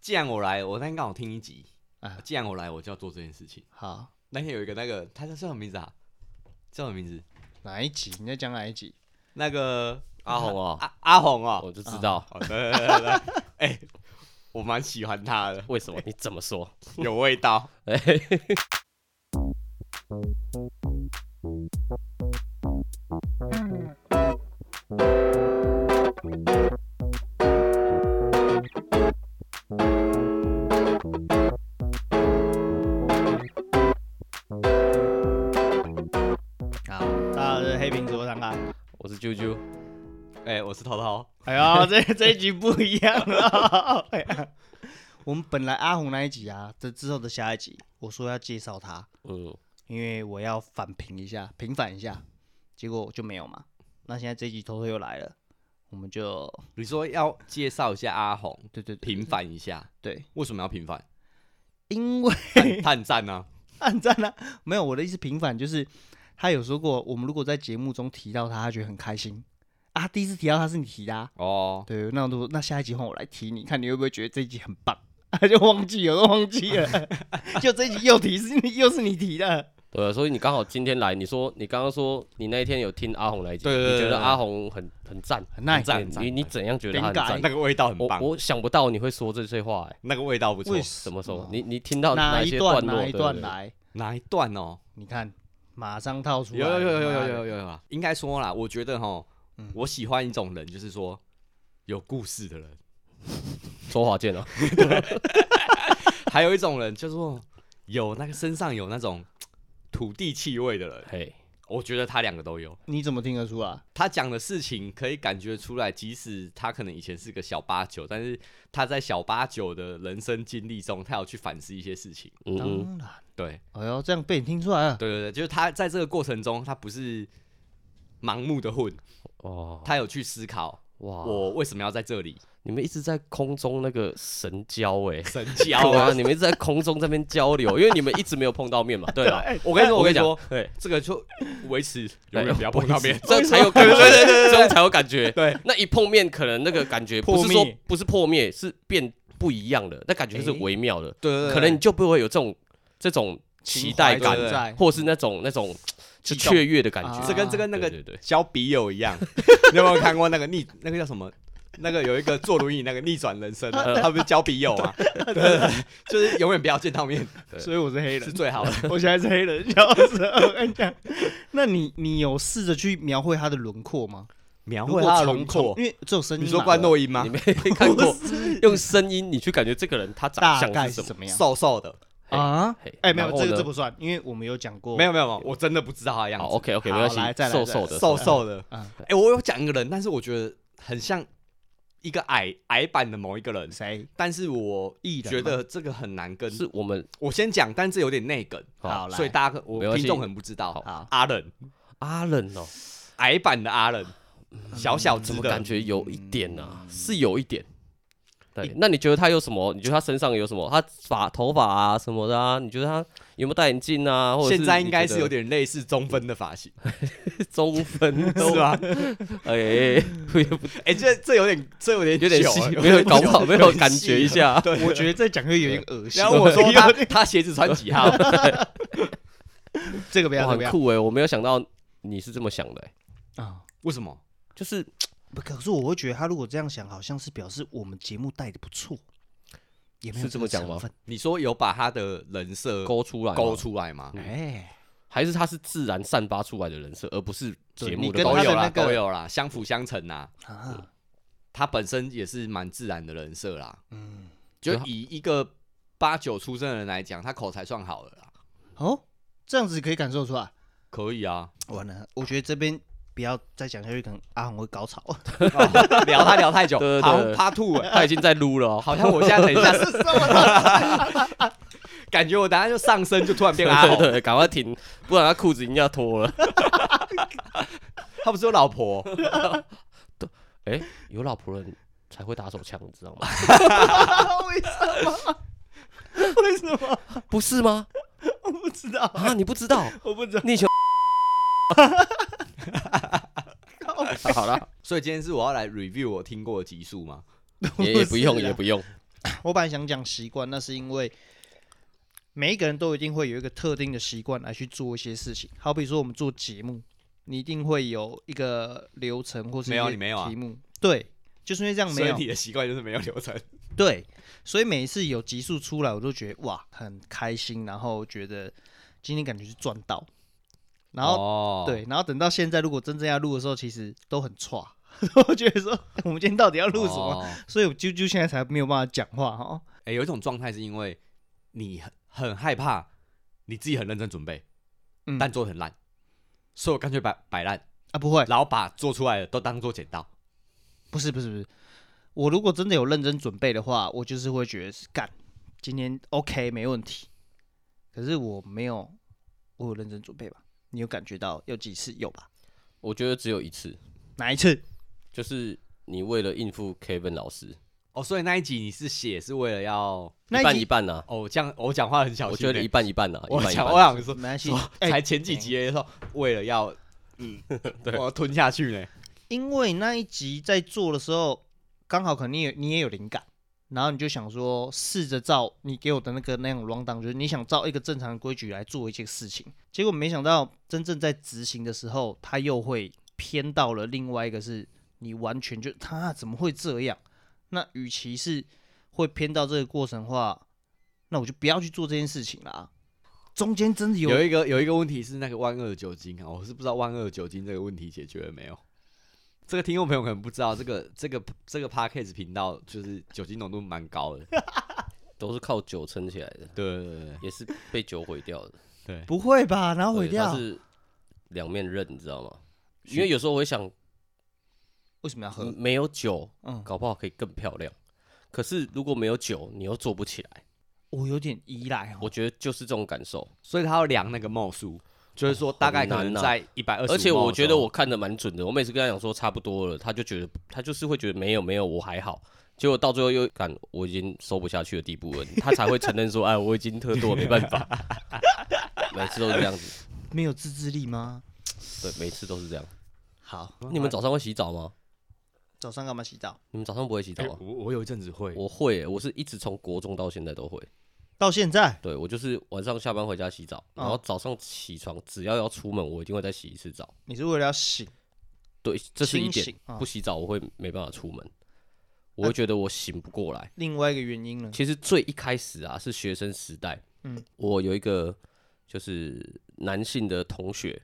既然我来，我那天刚好听一集，啊既然我来，我就要做这件事情。好，那天有一个那个，他叫什么名字啊？叫什么名字？哪一集？你在讲哪一集？那个阿红哦，阿阿红哦，我就知道好的，对对对对 哎，我蛮喜欢他的，为什么你怎么说。有味道。哎，好，大家好，这是黑瓶子，我想看。我是啾啾，哎，我是涛涛，哎 呀，这这一集不一样了。哎呀 我们本来阿红那一集啊，这之后的下一集，我说要介绍他，嗯，因为我要反评一下，平反一下，结果就没有嘛。那现在这一集偷偷又来了，我们就你说要介绍一下阿红，对对对平反一下，对，为什么要平 反？因为探探战啊，按赞呢、没有我的意思，平反就是他有说过，我们如果在节目中提到他，他觉得很开心啊。第一次提到他是你提的、啊，哦，对，那如果那下一集换我来提你，看你会不会觉得这一集很棒？ 他就忘记了，都忘记了， 就这一集又提是你，又是你提的， 对啊，所以你刚好今天来，你说你刚刚说你那一天有听阿红那一集，对对对你觉对得对阿红很很赞，很耐很。赞你你怎样觉得他很尴尬赞那？个味道很我棒，我想不到你会说这些话，哎，那个味道不错为。什怎么说么？你你听到哪一些段落？哪一对段？对对来？哪一段哦？你看，马上套出来。有有有有妈有的有有有啊！应该说啦，我觉得哈嗯，我喜欢一种人，就是说有故事的人，周华健哦，还有一种人就是说有那个身上有那种土地气味的人。嘿，我觉得他两个都有，你怎么听得出来？他讲的事情可以感觉出来，即使他可能以前是个小八九，但是他在小八九的人生经历中，他有去反思一些事情。嗯当嗯，然，对，哎呦，这样被你听出来了。对对对，就是他在这个过程中，他不是盲目的混，哦，他有去思考哦哇，我为什么要在这里你们一直在空中那个神交，哎，神交对啊，啊！你们一直在空中这边交流，因为你们一直没有碰到面嘛，对啊。我跟你说，哎我我跟跟你哎你说讲，，对，这个就维持对永远不要碰到面。这样才有感觉，对对对，这样才有感觉。对，那一碰面，可能那个感觉不是破说灭不是破灭，是变不一样的，那感觉就是微妙的，对对对，可能你就不会有这种这种期待情怀感对对，在， 或是那种那种就激动雀跃的感觉。这跟啊这跟那个对对对交笔友一样。你有没有看过那个逆那个叫什么？那个有一个坐轮椅那个逆转人生的，他不是交笔友 嘛？对对对，就是永远不要见到面对所以我是黑是人，最好的。我现在是黑人，笑死了！我跟你讲，那你你有试着去描绘他的轮廓吗？描如绘果他的从轮廓嗯从，因为只有声音嘛。你说关诺音吗你？没看过啊不是用声音，你去感觉这个人他长大概是相是什怎么？么样瘦瘦的，嘿啊？嘿哎，没然有，后这个呢这不算，因为我们有讲过。没有，有没有，没有我真的不知道他的样好子。 ，OK OK，好没关系来再，来瘦再瘦来的，瘦瘦的。嗯哎、我有讲一个人，但是我觉得很像一个矮矮版的某一个人，谁？但是我艺人觉吗得这个很难跟。是我们我先讲，但这有点内梗，好所以来大家可没我关系听众很不知道。好阿冷，阿冷哦，矮版的阿冷，小小只嗯怎么的感，觉有一点啊？是有一点。对，那你觉得他有什么？你觉得他身上有什么？他发头发啊什么的啊？你觉得他有没有戴眼镜啊？或者现在应该你是觉有得点类似中分的发型，中分是吧？哎哎，哎我也不哎、这这有点，这有点有点久 细，了没有搞不好久没了有感觉一。 下。对，啊我觉得再讲会有点恶 心。然后 我说他他鞋子穿几号？ 这个不要，哇这个不很要酷哎，我没有想到你是这么想的欸，啊！为什么？就是不，可是我会觉得他如果这样想，好像是表示我们节目带的不错，也没有是这么个讲成吗分？你说有把他的人设勾出来嘛，勾出来嗯吗？哎，还是他是自然散发出来的人设，而不是对节你目跟东都 他西有的啦，那个都有啦，相辅相成啦。啊，他本身也是蛮自然的人设啦，嗯，就对啊以一个八九出生的人来讲，他口才算好了啦，哦，这样子可以感受出来。可以啊。完了，我觉得这边不要再讲下去，可能阿红会高 潮。 哦聊他聊太久，对对对好像趴吐哎，他已经在撸了哦，好像我现在等一 下是什么？感觉我等下就上身就突然变阿 对对红，对，赶快停，不然他裤子已经要脱了。 他不是有老婆？哎、有老婆人才会打手枪，你知道吗？为什么？ 为什么？不是 吗？我不知道，啊，你不知道？我不知道。你以前所以今天是我要来 review 我听过的集数吗？ 啊也也不用，也不用，我本来想讲习惯，那是因为每一个人都一定会有一个特定的习惯来去做一些事情。好比说我们做节目，你一定会有一个流程或是没有一个你没有啊题目，对，就是因为这样没所以有你的习惯就是没有流程。对，所以每一次有集数出来，我都觉得哇很开心，然后觉得今天感觉是赚到，然后后，对，然后等到现在，如果真正要录的时候，其实都很差。 我觉得说，我们今天到底要录什么？哦所以我啾啾现在才没有办法讲话哈、哦。哎、有一种状态是因为你很很害怕，你自己很认真准备，嗯但做得很烂，所以我干脆摆摆烂，啊，不会，然后把做出来的都当做剪刀。不是，不是，不是。我如果真的有认真准备的话，我就是会觉得是干，今天 OK 没问题。可是我没有，我有认真准备吧？你有感觉到有几次有吧？ 我觉得只有一次，哪一次？就是你为了应付 Kevin 老师，哦，所以那一集你是写是为了要那一一半集一半呐、哦，这样我讲话很小心欸、我觉得一半一半呐、啊一我半一想半我。想说没，关系说，哎、才前几集的时候，为了 要嗯，我要吞下去呢。因为那一集在做的时候，刚好可能你也你也有灵感，然后你就想说，试着照你给我的那个那种 round down，就是你想照一个正常的规矩来做一件事情，结果没想到真正在执行的时候，它又会偏到了另外一个是，你完全就他、啊、怎么会这样？那与其是会偏到这个过程的话，那我就不要去做这件事情啦。中间真的有有一个有一个问题是那个万恶酒精啊，我是不知道万恶酒精这个问题解决了没有。这个听众朋友可能不知道，这个这个这个 p a c k a g e 频道就是酒精浓度蛮高的，都是靠酒撑起来的，对对对对也是被酒毁掉的，对，不会吧？然后哦毁对它掉，是两面刃，你知道吗？因为有时候我会想，为什么要喝？没有酒，嗯，搞不好可以更漂亮。可是如果没有酒，你又做不起来。我有点依赖哦。我觉得就是这种感受，所以他要量那个帽数，就是哦说大概可能在一百二十。而且我觉得我看的蛮准的。我每次跟他讲说差不多了，他就觉得他就是会觉得没有没有我还好，结果到最后又感我已经收不下去的地步了，他才会承认说 哎我已经喝多了没办法。 每次都是这样子，没有自制力吗？对，每次都是这样。好，你们早上会洗澡吗？早上干嘛洗澡？你们早上不会洗澡哎吗？我我有一阵子会，我会欸、我是一直从国中到现在都会。到现在对我就是晚上下班回家洗澡，然后早上起床只要要出门，我一定会再洗一次澡。你是为了要醒，对，这是一清点醒。啊不洗澡我会没办法出门，我会觉得我醒不过来。另外一个原因呢？其实最一开始啊，是学生时代，嗯嗯，我有一个就是男性的同学，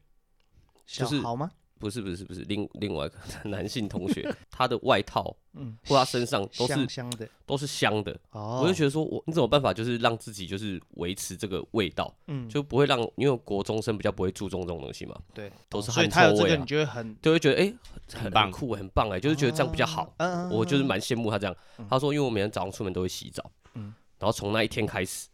小就是豪吗？不是不是不是另另外一个男性 同学，他的外套嗯，或他身上都香是香的都是香的，哦，我就觉得说我你怎么办法就是让自己就是维持这个味道，嗯就不会让因为国中生比较不会注重这种东西嘛，对，都是哦所以汗他有这臭味、个，啊你，就会很就会觉得哎、诶很很棒很酷很棒哎、就是觉得这样比较好。嗯，嗯我嗯就。是蛮羡慕他这样。他说，因为我每天早上出门都会洗澡，嗯然后从那一天开始，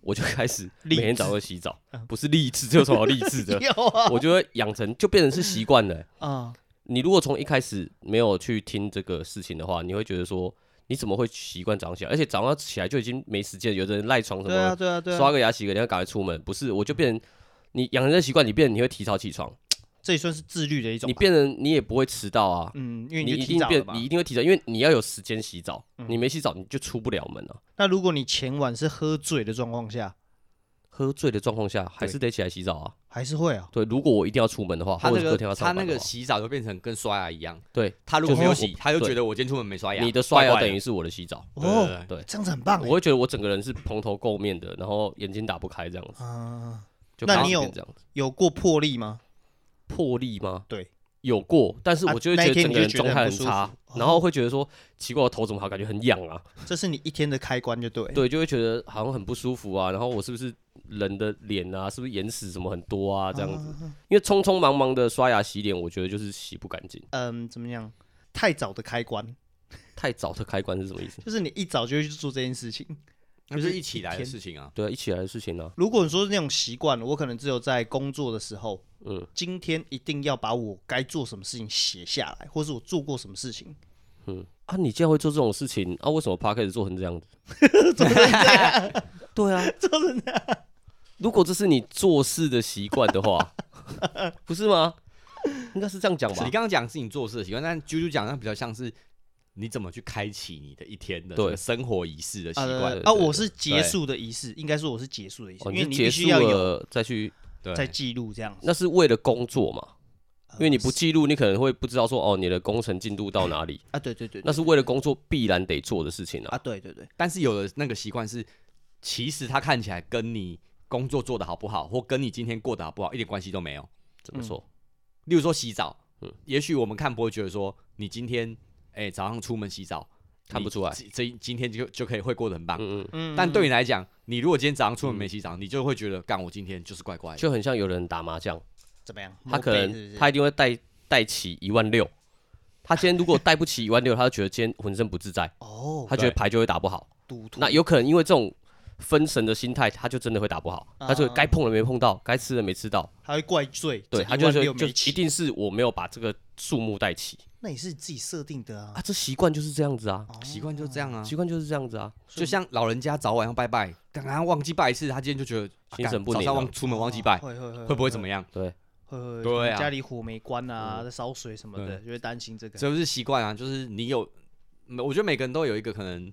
我就开始 励每志嗯天早上会洗澡，不是励志，这有什么好励志的？ 有 啊我就会养成，就变成是习惯了欸、啊，你如果从一开始没有去听这个事情的话，你会觉得说，你怎么会习惯早上起来？而且早上起来就已经没时间，有的人赖床什么对啊的，对啊对刷啊，个牙洗个脸要赶快出门。不是，我就变成你养成这习惯，你变成你会提早起床，这也算是自律的一种吧。你变成你也不会迟到啊。嗯，因为你就一提定早了变，吧你。一定会提早，因为你要有时间洗澡，嗯你没洗澡你就出不了门啊。那如果你前晚是喝醉的状况下，喝醉的状况下，还是得起来洗澡啊。还是会啊，对，如果我一定要出门的话，他或那者是隔天要个他上那班的个话，洗澡就变成跟刷牙一样，对，他如果没有就洗，是他就对觉得我今天出门没哎刷牙，你的刷牙怪怪等于是我的洗澡，对哦，对对对，这样子很棒欸我会觉得我整个人是蓬头垢面的，然后眼睛打不开这样子，啊。就那开始你有变这样子有过魄力吗？魄力吗？对，有过，但是啊我就会那一觉得天你整个就人觉得状态很很不舒差服，然后会觉得说奇怪，我头怎么好，感觉很痒啊，这是你一天的开关就对了。对，就会觉得好像很不舒服啊，然后我是不是人的脸啊，是不是眼屎什么很多啊这样子，子。因为匆匆忙忙的刷牙洗脸，我觉得就是洗不干净，嗯，怎么样？太早的开关，太早的开关是什么意思？就是你一早就会去做这件事情。那就是一起来的天事情啊。对啊，一起来的事情啊，如果你说是那种习惯，我可能只有在工作的时候，嗯，今天一定要把我该做什么事情写下来，或是我做过什么事情。嗯啊，你竟然会做这种事情啊？为什么 p a r k e 做成这样子？ 对啊， 做成这样。如果这是你做事的习惯的 话，不是吗？应该是这样讲是吧你？刚刚讲是你做事的习惯，但啾啾讲那比较像是你怎么去开启你的一天的对这个生活仪式的习呃惯对？啊，对我是结对束的仪式，应该说我是结束的仪式，哦，因为就你结必须束要有了再去，对，在记录这样子。那是为了工作嘛？因为你不呃记录，你可能会不知道说哦，你的工程进度到哪里，啊，对对对，那对是为了工作必然得做的事情啊。啊，对对对，但是有的那个习惯是，其实他看起来跟你工作做得好不好，或跟你今天过得好不好一点关系都没有。怎么说？例如说洗澡，嗯也许我们看不会觉得说你今天哎、早上出门洗澡看不你出来这这今天就就可以会过得很棒。嗯嗯，嗯，但对你来讲，你如果今天早上出门没洗澡，你就会觉得干我今天就是怪怪的。就很像有人打麻将，怎么样？他摸可背哎是不能是他一定会带带齐一万六，他今天如果带不起一万六， 他就觉得今天浑身不自在，哦，他觉得牌就会打不好。赌徒那有可能因为这种分神的心态，他就真的会打不好，啊他就该碰的没碰到，该吃的没吃到，他会怪罪，对这他一就万是六就没一起，定是我没有把这个数目带齐那也是自己设定的啊啊，，这习惯就是这样子啊，习惯就这样啊，习惯就是这样子啊，就像老人家早晚要拜拜，刚刚忘记拜一次，他今天就觉得啊心干神不早宁上啊忘出门忘记哦拜，会会会会不会怎么样？对，嗯会会会对啊家里火没关啊，在烧水什么的，就会担心这个。这不是习惯啊，就是你有，嗯我觉得每个人都有一个可能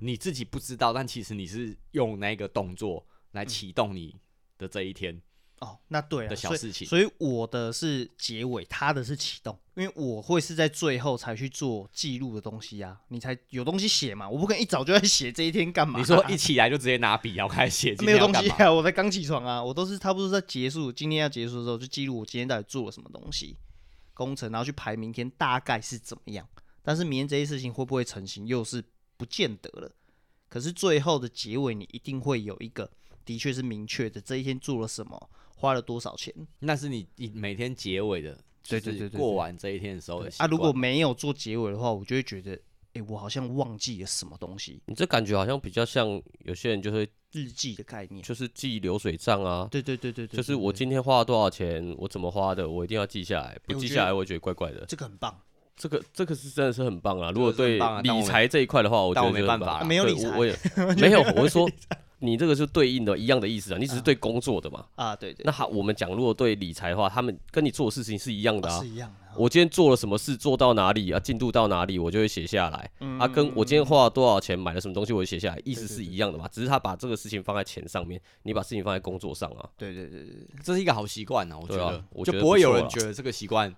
你自己不知道，但其实你是用那个动作嗯来启动你的这一 天。哦，那对了，的小所以事情所以我的是结尾，他的是启动，因为我会是在最后才去做记录的东西啊，你才有东西写嘛，我不可能一早就在写这一天干嘛、啊你说一起来就直接拿笔，然后开始写，今没天有要东干西嘛？啊，我才刚起床啊，我都是差不多在结束今天要结束的时候就记录我今天到底做了什么东西工程，然后去排明天大概是怎么样，但是明天这些事情会不会成型又是不见得了。可是最后的结尾，你一定会有一个的确是明确的，这一天做了什么，花了多少钱， 那是你你每天结尾的，就对对是对对对过完这一天的时候的习啊，惯如果没有做结尾的话，我就会觉得，哎、我好像忘记了什么东西，你这感觉好像比较像有些人就会日记的概念。就是记流水账啊。嗯对对对对对，就是我对今天花了多少钱，我怎么花的，我一定要记下来。不我记觉下得来，我觉得怪怪的对。这个很棒，这个这个是真的是很棒啊！如果这个是很对棒啊但我理们财这一块的话，我觉但得我没就办很法棒啊啦没有对理我财我也没有，我是说你这个是对应的一样的意思啊，你只是对工作的嘛。啊，对对那好，我们讲如果对理财的话，他们跟你做的事情是一样的啊啊是。一样的啊。我今天做了什么事，做到哪里啊，进度到哪里，我就会写下来。啊，跟我今天花了多少钱买了什么东西，我就写下来，意思是一样的嘛。只是他把这个事情放在钱上面，你把事情放在工作上啊。对对对 对，这是一个好习惯啊，我觉对得、啊我就觉得不会有不人错啦觉得这个习惯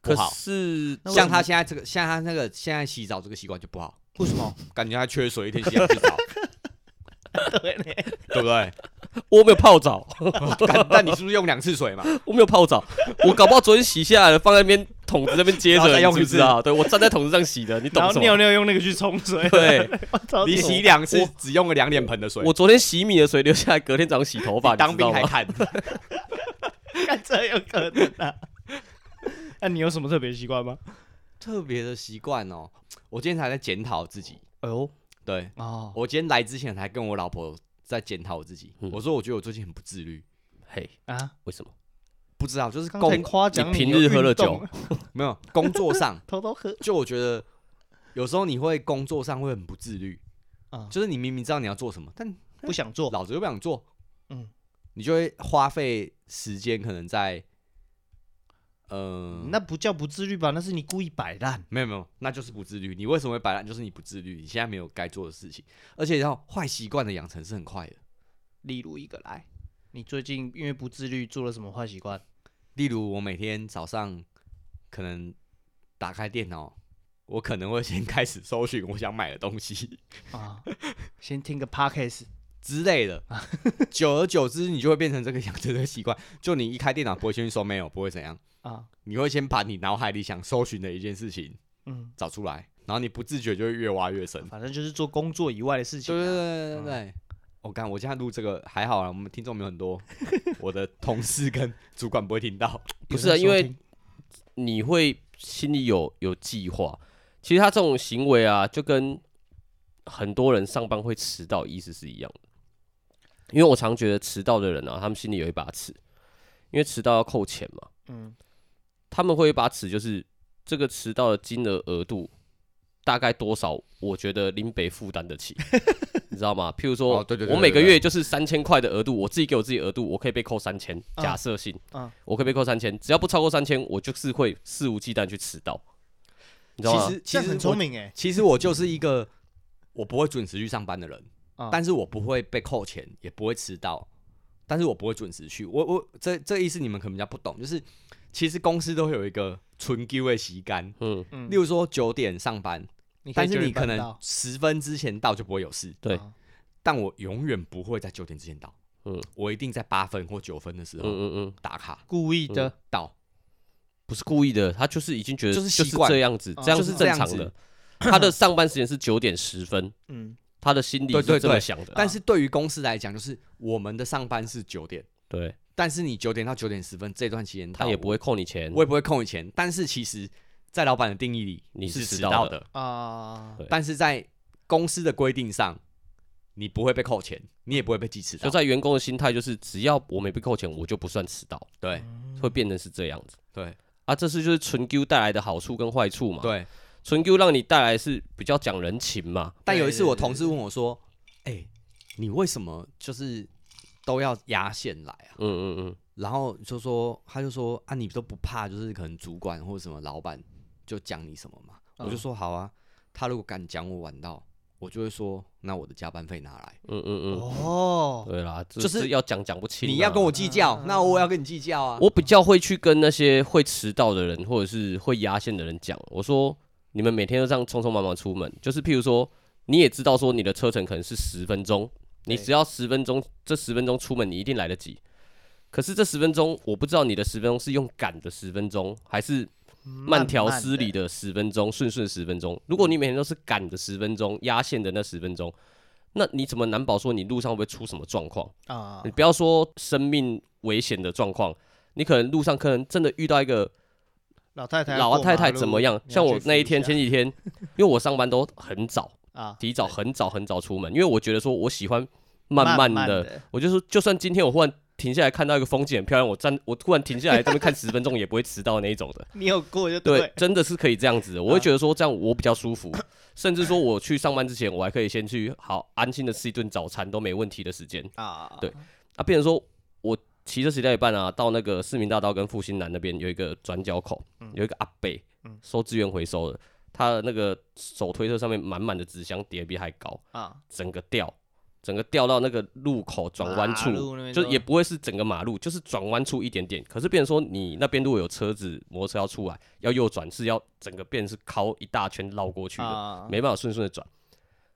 可不好。是那为像什他么现在这个，像他那个现在洗澡这个习惯就不好，为什么？ 感觉他缺水，一天洗两次 澡，对不对？ 我没有泡澡，干但你是不是用两次水嘛？我没有泡澡，我搞不好昨天洗下来了，放在那边桶子那边接然后着，再你用知不一次知道？对我站在桶子上洗的，你懂然后什尿么？尿用那个去 冲水，对，我操你洗两次只用了两脸盆的水，我昨天洗米的水流下来，隔天早上洗头发，你你当知道兵吗还看，看这有可能啊。 那你有什么特别习惯吗？ 特别的习惯哦。我今天才在检讨自己，哎呦，对哦，我今天来之前还跟我老婆在检讨我自己，嗯我说我觉得我最近很不自律，嘿，啊，为什么？不知道就是刚才工夸奖你平有日喝了运动酒，没有工作上，偷偷喝就我觉得有时候你会工作上会很不自律，嗯啊，就是你明明知道你要做什么，但不想做。老子又不想做，嗯你就会花费时间可能在，嗯、那不叫不自律吧？那是你故意摆烂。没有没有，那就是不自律。你为什么会摆烂？就是你不自律，你现在没有该做的事情，而且要坏习惯的养成是很快的。例如一个来，你最近因为不自律做了什么坏习惯？例如，我每天早上可能打开电脑，我可能会先开始搜寻我想买的东西 啊，先听个 podcast，之类的。久而久之，你就会变成这个养成这个习惯。就你一开电脑，不会先去搜 mail，不会怎样，啊，你会先把你脑海里想搜寻的一件事情嗯，找出来，然后你不自觉就会越挖越深。反正就是做工作以外的事情、对对啊。对对嗯对。我刚、哦我现在录这个还好啊，我们听众没有很 多，我的同事跟主管不会听到。不有是啊，人因收为听你会心里有有计划。其实他这种行为啊，就跟很多人上班会迟到意思是一样的。因为我常觉得迟到的人啊，他们心里有一把尺，因为迟到要扣钱嘛。嗯，他们会有一把尺，就是这个迟到的金额额度大概多少，我觉得林北负担 得起，你知道吗？譬如说，哦对对对我每个对对月就是三千块的额度，我自己给我自己额度，我可以被扣三千，啊嗯假设性，嗯我可以被扣三千，只要不超过三千，我就是会肆无忌惮去迟到。你知道吗其？实其这实很我聪明哎、其实我就是一个我不会准时去上班的人，啊但是我不会被扣钱，也不会迟到，但是我不会准时去。我我这这意思你们可能比较不懂，就是其实公司都会有一个纯 Q 的习惯，嗯，嗯例如说九点上班，你可以但是九你点半可能到十分之前到就不会有事，对啊但我永远不会在九点之前到，嗯我一定在八分或九分的时嗯呃候嗯嗯，打卡故意的，到。不是故意的，他就是已经觉得就是就习是惯啊这样子，哦这样就是是这正样常子 的。他的上班时间是九点十分，嗯，他的心里对对是这么对想的啊。但是对于公司来讲，就是我们的上班是九点，对但是你九点到九点十分这段期间到，他也不会扣你钱我。也不会扣你钱。但是其实，在老板的定义里，你是是迟迟到到的的，啊，对但是在公司的规定上，你不会被扣钱，你也不会被记迟就到。在员工的心态就是，只要我没被扣钱，我就不算迟到，对嗯会变成是这样子对啊。这是就是纯 Q 带来的好处跟坏处嘛。，对。纯 Q 让你带来是比较讲人情嘛。但有一次，对我对同事问我说：“哎，你为什么就是都要压线来啊？”嗯嗯嗯，然后就说，他就说啊，你都不怕，就是可能主管或者什么老板就讲你什么嘛？嗯我就说好啊，他如果敢讲我晚到，我就会说，那我的加班费拿来，嗯嗯嗯，哦，对啦，就就是是要讲讲不清啊。你要跟我计较，嗯那我要跟你计较啊。我比较会去跟那些会迟到的人，或者是会压线的人讲，我说你们每天都这样匆匆忙忙出门，就是譬如说，你也知道说你的车程可能是十分钟，你对只要十分钟，这十分钟出门你一定来得及。可是这十分钟，我不知道你的十分钟是用赶的十分钟，还是慢条斯理的，的十分钟，顺顺十分钟。如果你每天都是赶的十分钟，压线的那十分钟，那你怎么难保说你路上会不会出什么状况？啊你，不要说生命危险的状况，你可能路上可能真的遇到一个老太太要老啊过太太马路怎么样？你要像我去扶那一天下前几天，因为我上班都很早，啊，提早对很早很早出门，因为我觉得说我喜欢慢慢慢 的，我就说就算今天我忽然停下来看到一个风景很漂亮，我站我突然停下来在那边看十分钟也不会迟到那一种的。你有过就对了，真的是可以这样子的，我会觉得说这样我比较舒服，甚至说我去上班之前，我还可以先去好安心的吃一顿早餐都没问题的时间。啊，对啊，变成说我骑车骑到一半啊，到那个市民大道跟复兴南那边有一个转角口，嗯有一个阿伯，收资源回收的，他的那个手推车上面满满的纸箱叠得比还高，啊，整个掉，整个掉到那个路口转弯马路那处，边就都也不会是整个马路，就是转弯处一点点。可是变成说你那边如果有车子、摩托车要出来，要右转是要整个变成是靠一大圈绕过去的，啊没办法顺顺的转，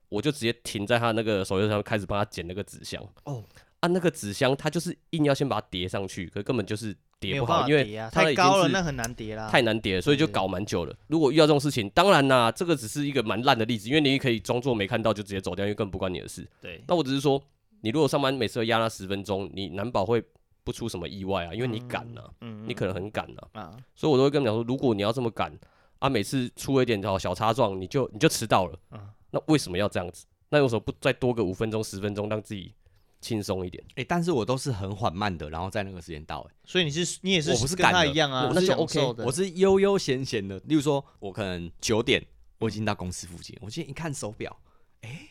我就直接停在他那个手榴上，开始帮他捡那个纸箱。哦，啊，那个纸箱他就是硬要先把它叠上去，可根本就是叠没有不办好，法因为叠啊它太已高经了，是那很难叠啦，太难叠了，所以就搞蛮久了。如果遇到这种事情，当然啦，这个只是一个蛮烂的例子，因为你也可以装作没看到就直接走掉，因为根本不关你的事。对，那我只是说，你如果上班每次都压那十分钟，你难保会不出什么意外啊，因为你赶呐、嗯，你可能很赶呐、啊，所以我都会跟他们讲说，如果你要这么赶啊，每次出了一点小小擦撞，你就你就迟到了。嗯那为什么要这样子？那为什么不再多个五分钟、十分钟，让自己轻松一点？哎、但是我都是很缓慢的，然后在那个时间到、欸，所以你是你也是我不是跟赶他的一样啊，我那是就享 OK，受的我是悠悠闲闲的。例如说，我可能九点我已经到公司附近，我今天一看手表，哎、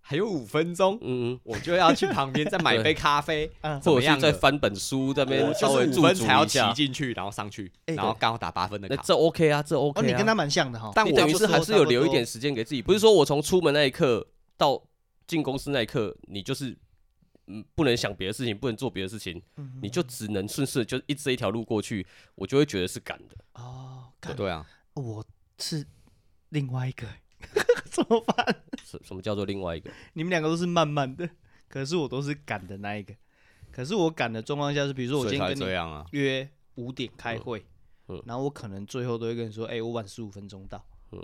还有五分钟，嗯我就要去旁边再 买杯咖啡，嗯，怎或么者样是在的？翻本书这边我稍就微是驻五分足才要一骑下，进去，然后上去，哎然后刚好打八分的那卡。这 OK 啊，这 OK 哦，啊。你跟他蛮像的哈，但你我等于就是还是有留一点差时间给自己，不是说我从出门那一刻到进公司那一刻，你就是嗯不能想别的事情，不能做别的事情，嗯你就只能顺势就一直这一条路过去，我就会觉得是赶的。不多哦，干对啊，我是另外一个欸，怎么办？什什么叫做另外一个？你们两个都是慢慢的，可是我都是赶的那一个，可是我赶的状况下是，比如说我所以今才会天跟这你样啊。约五点开会，嗯然后我可能最后都会跟你说，哎、我晚十五分钟到，嗯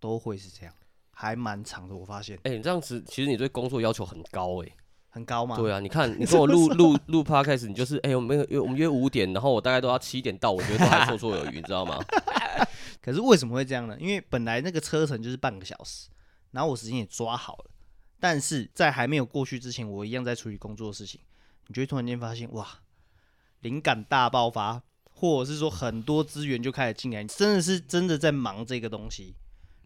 都会是这样，还蛮长的，我发现哎、你这样子，其实你对工作要求很高哎、很高嘛。对啊，你 看，你跟我录录录 podcast，你就是哎、我们约我们约五点，然后我大概都要七点到，我觉得都还绰绰有余，你知道吗？ 可是为什么会这样呢？因为本来那个车程就是半个小时，然后我时间也抓好了，但是在还没有过去之前，我一样在处理工作的事情，你就会突然间发现，哇，灵感大爆发，或者是说很多资源就开始进来，你真的是真的在忙这个东西。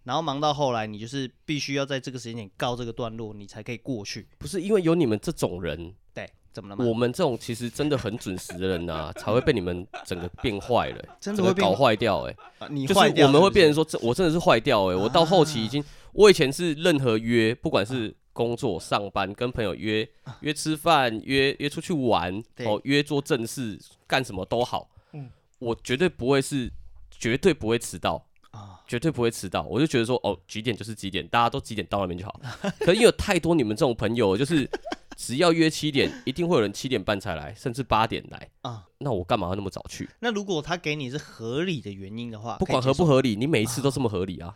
然后忙到后来，你就是必须要在这个时间点告这个段落，你才可以过去。不是因为有你们这种人，对，怎么了我吗？们这种其实真的很准时的人呐、才会被你们整个变坏了、欸真的整会个变搞坏掉哎、啊你就是坏掉我们是会不是啊变成说，这我真的是坏掉哎、我到后期已经，我以前是任何约，不管是工作、上班、跟朋友约、约吃饭、约约出去玩，啊对哦，约做正事，干什么都好，嗯我绝对不会是，绝对不会迟到。啊，绝对不会迟到。我就觉得说，哦，几点就是几点，大家都几点到那边就好。可是因为有太多你们这种朋友，就是只要约七点，一定会有人七点半才来，甚至八点来啊。那我干嘛要那么早去？那如果他给你是合理的原因的话，不管可以合接受不，合理，你每一次都这么合理啊，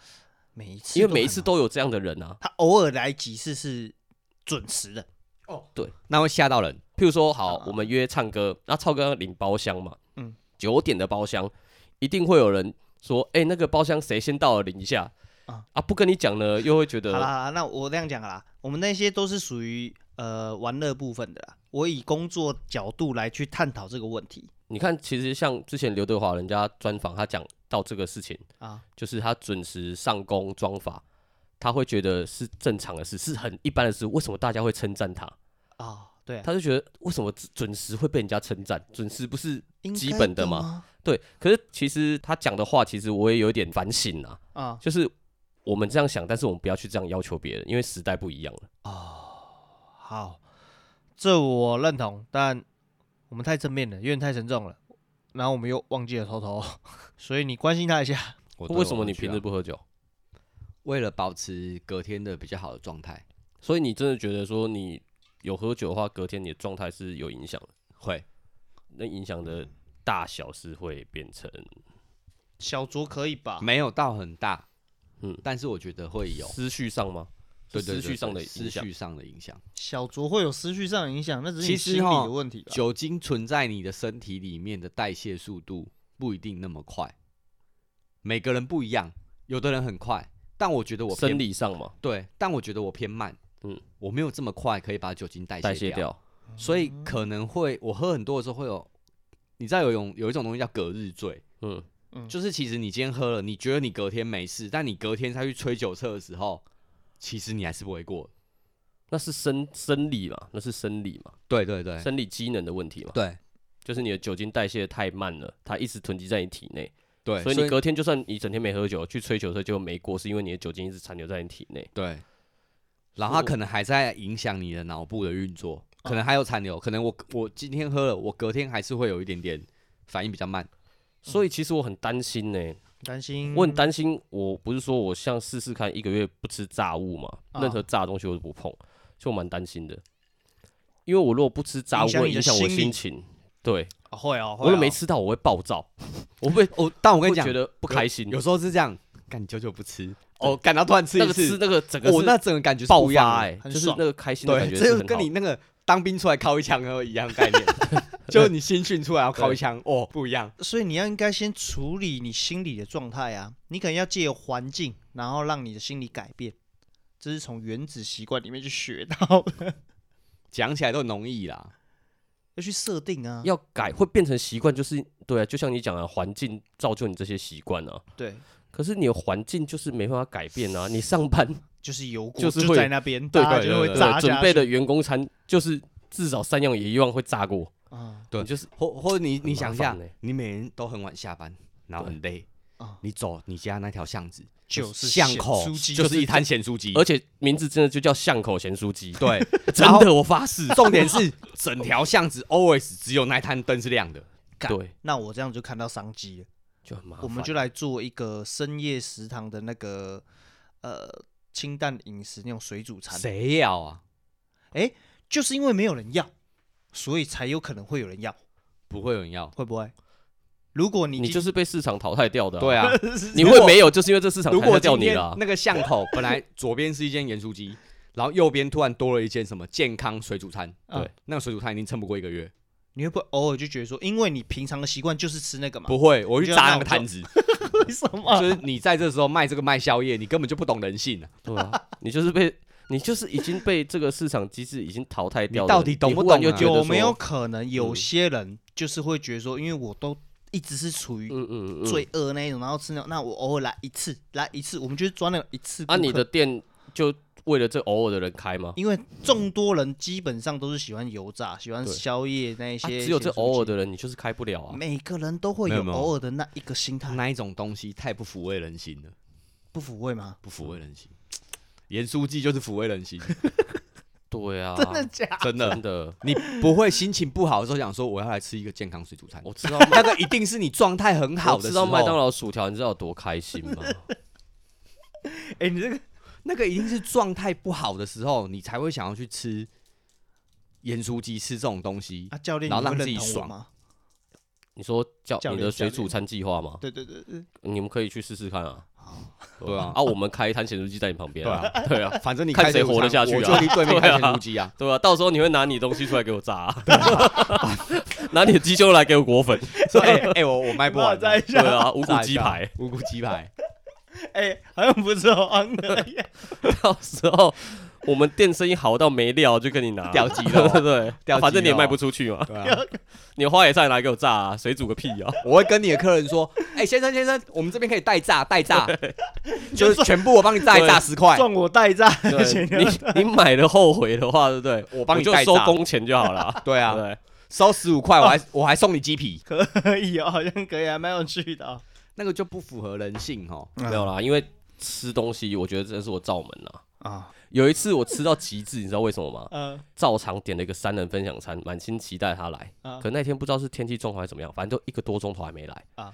每一次因为都每一很次好都有这样的人啊。他偶尔来几次是准时的，那会吓到人。譬如说，好啊，我们约唱歌，那唱歌要领包厢嘛，嗯嗯，九点的包厢，一定会有人说，哎、那个包厢谁先到了，领一下。啊啊，不跟你讲呢，又会觉好啦好得啦，那我这样讲好啦，我们那些都是属于呃玩乐部分的啦。我以工作角度来去探讨这个问题你看，其实像之前刘德华人家专访，他讲到这个事情，啊，就是他准时上工装法，他会觉得是正常的事，是很一般的事。为什么大家会称赞他？啊、对啊，他就觉得为什么准时会被人家称赞？准时不是应基该本的的嘛吗？对？可是其实他讲的话，其实我也有点反省啊，啊就是我们这样想，但是我们不要去这样要求别人，因为时代不一样了。好，这我认同，但我们太正面了，有点太沉重了，然后我们又忘记了偷 偷，所以你关心他一下。我都为什么忘你记平了时不喝酒？为了保持隔天的比较好的状态，所以你真的觉得说你有喝酒的话，隔天你的状态是有影响的，会那影响的大小是会变成小酌可以吧？没有到很大，啊嗯嗯，但是我觉得会有，思绪上吗？对对对思绪上的对影思响。绪上的影响。小酌会有思绪上的影响，那只是你其实心理齁的问题吧？酒精存在你的身体里面的代谢速度不一定那么快，每个人不一样，有的人很快，但我觉得我偏生理上嘛，对，但我觉得我偏慢，嗯嗯，我没有这么快可以把酒精代代谢谢掉。所以可能会我喝很多的时候会有，你知道有一种有一种东西叫隔日醉，嗯，嗯就是其实你今天喝了，你觉得你隔天没事，但你隔天再去吹酒测的时候，其实你还是不会过的。那是生生理嘛，那是生理嘛，对对对生理机能的问题嘛，对就是你的酒精代谢太慢了，它一直囤积在你体内，对，所以你隔天就算你整天没喝酒，去吹酒的时候就没过，是因为你的酒精一直残留在你体内。对，然后它所以我啊可能还在影响你的脑部的运作，可能还有残留，可能我我今天喝了，我隔天还是会有一点点反应比较慢。所以其实我很担心呢、担心我很担嗯心，我不是说我像试试看一个月不吃炸物嘛，啊任何炸的东西我都不碰，所以我蛮担心的，因为我如果不吃炸物影响会你的影响我心理心情，对哦会哦，我如果会没哦吃到我会暴躁，我会哦，但我跟会你讲觉，得不开心，有时候是这样，干久久不吃，哦，干到突然吃那一个吃次，那个整个我是那整个感觉是爆不一样发的哎、很就是爽那个开心的感对，觉这是就很跟好你那个当兵出来靠一枪然后一样概念，就你新训出来要靠一枪，哦，不一样。所以你要应该先处理你心理的状态啊，你可能要借由环境，然后让你的心理改变，这是从原子习惯里面去学到的，讲起来都很容易啦，要去设定啊。要改会变成习惯，就是对啊，就像你讲的，环境造就你这些习惯啊。对，可是你的环境就是没办法改 变啊，你上班就是油锅就是就会在那边，对大家对就对会对炸对准备下的去员工餐就是至少三样也一样会炸过，啊对你就是或或者你很你麻想一下烦欸，你每天都很晚下班，然后很累啊，你走你家那条巷子，就是巷口咸酥鸡就是一摊咸酥鸡，而且名字真的就叫巷口咸酥鸡， 对，真然后的哦我发誓，重点是整条巷子 always 只有那一摊灯是亮的，干对，那我这样就看到商机了，就很麻烦。我们就来做一个深夜食堂的那个呃清淡饮食那种水煮餐，谁要啊？就是因为没有人要，所以才有可能会有人要，不会有人要。会不会？如果你你就是被市场淘汰掉的、对，啊， 你如会果没有，就是因为这市场如淘果汰掉今你天了啊。那个巷口本来左边是一间盐酥鸡，然后右边突然多了一间什么健康水煮餐，啊对那个水煮餐一定撑不过一个月。你会不会偶尔就觉得说，因为你平常的习惯就是吃那个嘛？不会，我你去就砸那那我个就摊 子，为什么？就是你在这时候卖这个卖宵夜，你根本就不懂人性啊！对啊，你就是被你就是已经被这个市场机制已经淘汰掉的人，你到底懂你不忽然懂啊又 觉得有没有说？嗯可能有些人就是会觉得说，因为我都一直是处于嗯嗯嗯。罪恶那一种，然后吃那种，那我偶尔来一次，来一次，我们就是抓那种一次顾啊，客你的店就为了这偶尔的人开吗？因为众多人基本上都是喜欢油炸、喜欢对宵夜那一啊些、只有这偶尔的，的人，你就是开不了啊。每个人都会没有有没有偶尔的那一个心态，那一种东西太不抚慰人心了，不抚慰吗？不抚慰人心。盐酥鸡就是抚慰人心，对啊，真的假？ 真 的真。的，你 不会心情不好的时候想说我要来吃一个健康水煮餐，我知道那个一定是你状态很 好哦我的知时道候。麦当劳薯条，你知道有多开心吗？哎、你这个那个一定是状态不好的时候，你才会想要去吃盐酥鸡，吃这种东西。啊，教练，然后你会让自己认同我爽吗？你说教教你练的水教练煮餐计划吗？对对对对，你们可以去试试看啊。对啊啊，我们开一摊咸酥鸡在你旁边啊。对啊，反正你看开谁水煮活得餐下去我啊就离对面对开啊盐酥鸡 啊。对啊，到时候你会拿你东西出来给我炸啊， 拿你的鸡胸来给我裹粉。说哎哎，我我卖不完啊，再一对下，啊，无骨 鸡排，，无骨鸡排，哎、好像不是哦， 安哥耶到时候我们店生意好到没料就跟你拿屌鸡对肉对 对，啊屌鸡肉反正你也卖不出去嘛，对 啊，你花椰菜拿来给我炸啊，水煮个屁啊！我会跟你的客人说， 哎，先生先生，我们这边可以代炸代 炸，就是全部我帮你炸一炸十块，撞我代炸的 对钱， 你你买了后悔的话，对不对？我帮你就代收炸工钱就好了。 对对不啊，对，收十五块，我还 我还送你鸡皮，可以哦，好像可以，还蛮有趣的哦。那个就不符合人性哦。没有啦，因为吃东西，我觉得这是我罩门啦。啊，有一次我吃到极致，你知道为什么吗？嗯照常点了一个三人分享餐，满心期待他来，啊可那天不知道是天气状况还是怎么样，反正都一个多钟头还没来啊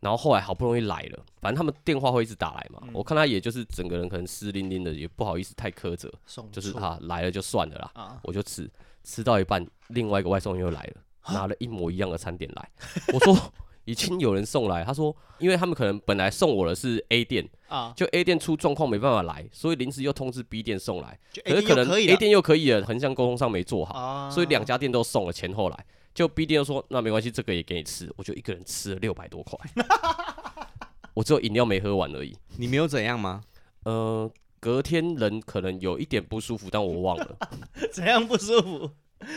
然后后来好不容易来了，反正他们电话会一直打来嗯嘛，我看他也就是整个人可能湿淋淋的，也不好意思太苛责，送就是嗯错啊来了就算了啦，啊，我就吃，吃到一半，另外一个外送员又来 了，拿了一模一样的餐点来，我说 已经有人送来，他说因为他们可能本来送我的是 A 店，啊，就 A 店出状况没办法来，所以临时又通知 B 店送来，就可 AD 是可又能可以 A 店又可以了，横向沟通上没做好，啊，所以两家店都送了前后来。就 B 店又说那没关系，这个也给你吃，我就一个人吃了六百多块，我只有饮料没喝完而已。你没有怎样吗？呃，隔天人可能有一点不舒服，但我忘了，怎样不舒服？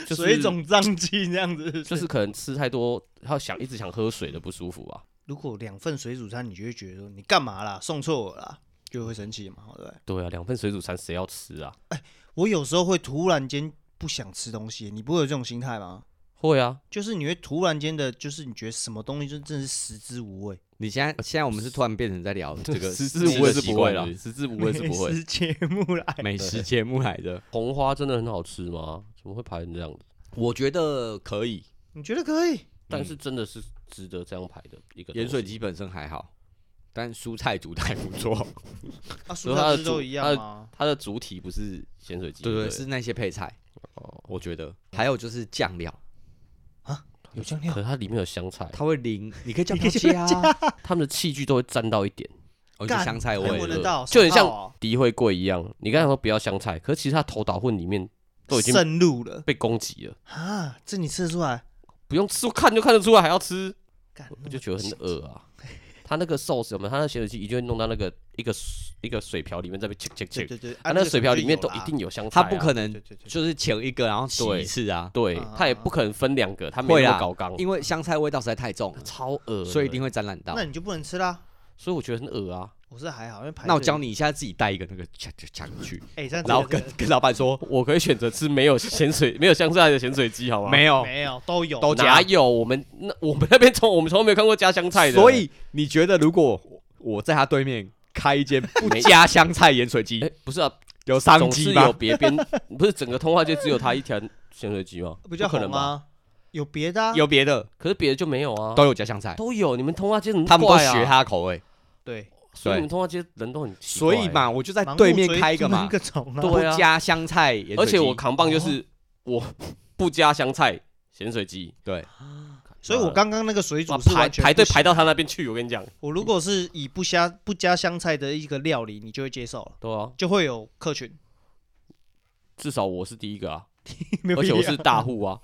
就是水肿胀气这样子不，就是可能吃太多，他想一直想喝水的不舒服啊吧。如果两份水煮餐，你就会觉得说你干嘛啦，送错我啦，就会生气嘛，对不对？对啊，两份水煮餐谁要吃啊？我有时候会突然间不想吃东西，你不会有这种心态吗？会啊，就是你会突然间的，就是你觉得什么东西就真的是食之无味，你现在现在我们是突然变成在聊 这个食吃之的无味是习不惯会啦是，食之无味是 不美会。食节目啦，美食节目来的，红花真的很好吃吗？怎么会排成这样子？我觉得可以。你觉得可以？但是真的是值得这样排的一个东西盐水鸡本身还好，但蔬菜煮的还不错。啊，所蔬以菜不它的是都主一它样的吗？它的主体不是咸水鸡，对对对，不是那些配菜，哦，我觉得还有就是酱料，有酱料可是它里面有香菜，它会淋，你可以酱料加啊，他们的器具都会沾到一点，哦，就啊干哎香菜还味闻了得到，就很像手套哦敌会贵一样。你刚才说不要香菜，可是其实它头打混里面都已经渗入了被攻击了，啊！这你吃得出来？不用吃看就看得出来，还要吃，干，我就觉得很恶啊。它那个 sauce 有没有？它那咸水鸡一定会弄到那个一个水一个水瓢里面，在被切切对切，对对，啊它那个水瓢里面可都能一就有啦定有香菜它啊，不可对能对对，就是前一个然后洗对一次啊，对啊，它也不可能分两个，它没会那啦么高纲，因为香菜味道实在太重了，超恶，所以一定，会沾染到那。你就不能吃啦。所以我觉得很恶啊。我是还好，因为排那我队教，你一下，自己带一个那个夹夹过去，哎，这样然后这个跟跟老板说我可以选择吃没有咸水、没有香菜的咸水鸡，好啊吗？没有，没有都有，啊都哪加哦有？我们那我们那边从我们从来没有看过加香菜的，所以你觉得如果我在他对面开 一间不加香菜盐水哎、鸡，不是啊，有商总机是吗有？别 边，不是整个通话就只有他一条咸水鸡吗？比较不可好能吧？吗？有别的啊？有别的可是别的就没有啊，都有加香菜，都有。你们通话街怎么、啊、他们都学，他的口味，欸对，所以对你们通话街人都很奇所怪啊以，嘛，我就在对面开 一个嘛，各种对不啊加香菜盐水鸡，而且我扛棒就是、哦我不加香菜咸水鸡，对所以我刚刚那个水嗯哇煮是排完全排队不行排到他那边去，我跟你讲，我如果是以不加不加香菜的一个料理，你就会接受了，对啊，就会有客群。至少我是第一个 啊，没有而且我必要是大户啊，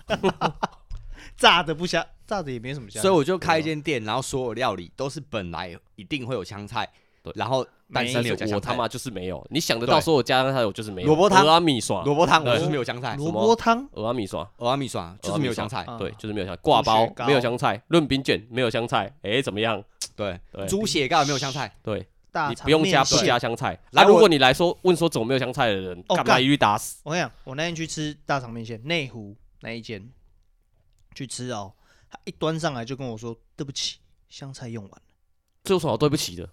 炸的不加，炸的也没什么加。所以我就开一间店，然后所有料理都是本来一定会有香菜对，然后但没是但没有是加我香他菜。妈就是没有，你想得到对说我加上他，我就是没有萝卜汤俄阿米爽， 萝卜汤对我就是没有香菜，啊萝卜汤俄阿米爽。俄阿米爽就是没有香菜，啊哎对，就是没有香菜挂猪包血糕没有香菜，润饼卷没有香菜，哎、怎么样？对对，猪血糕也没有香菜，对，大啊你肠不用加面不线加香菜。来那如啊我果你来说问说怎么没有香菜的人，哦干嘛干一律打死？我跟你讲，我那天去吃大肠面线，内湖那一间去吃哦，他一端上来就跟我说：“对不起，香菜用完了。 这有什么好对不 起的？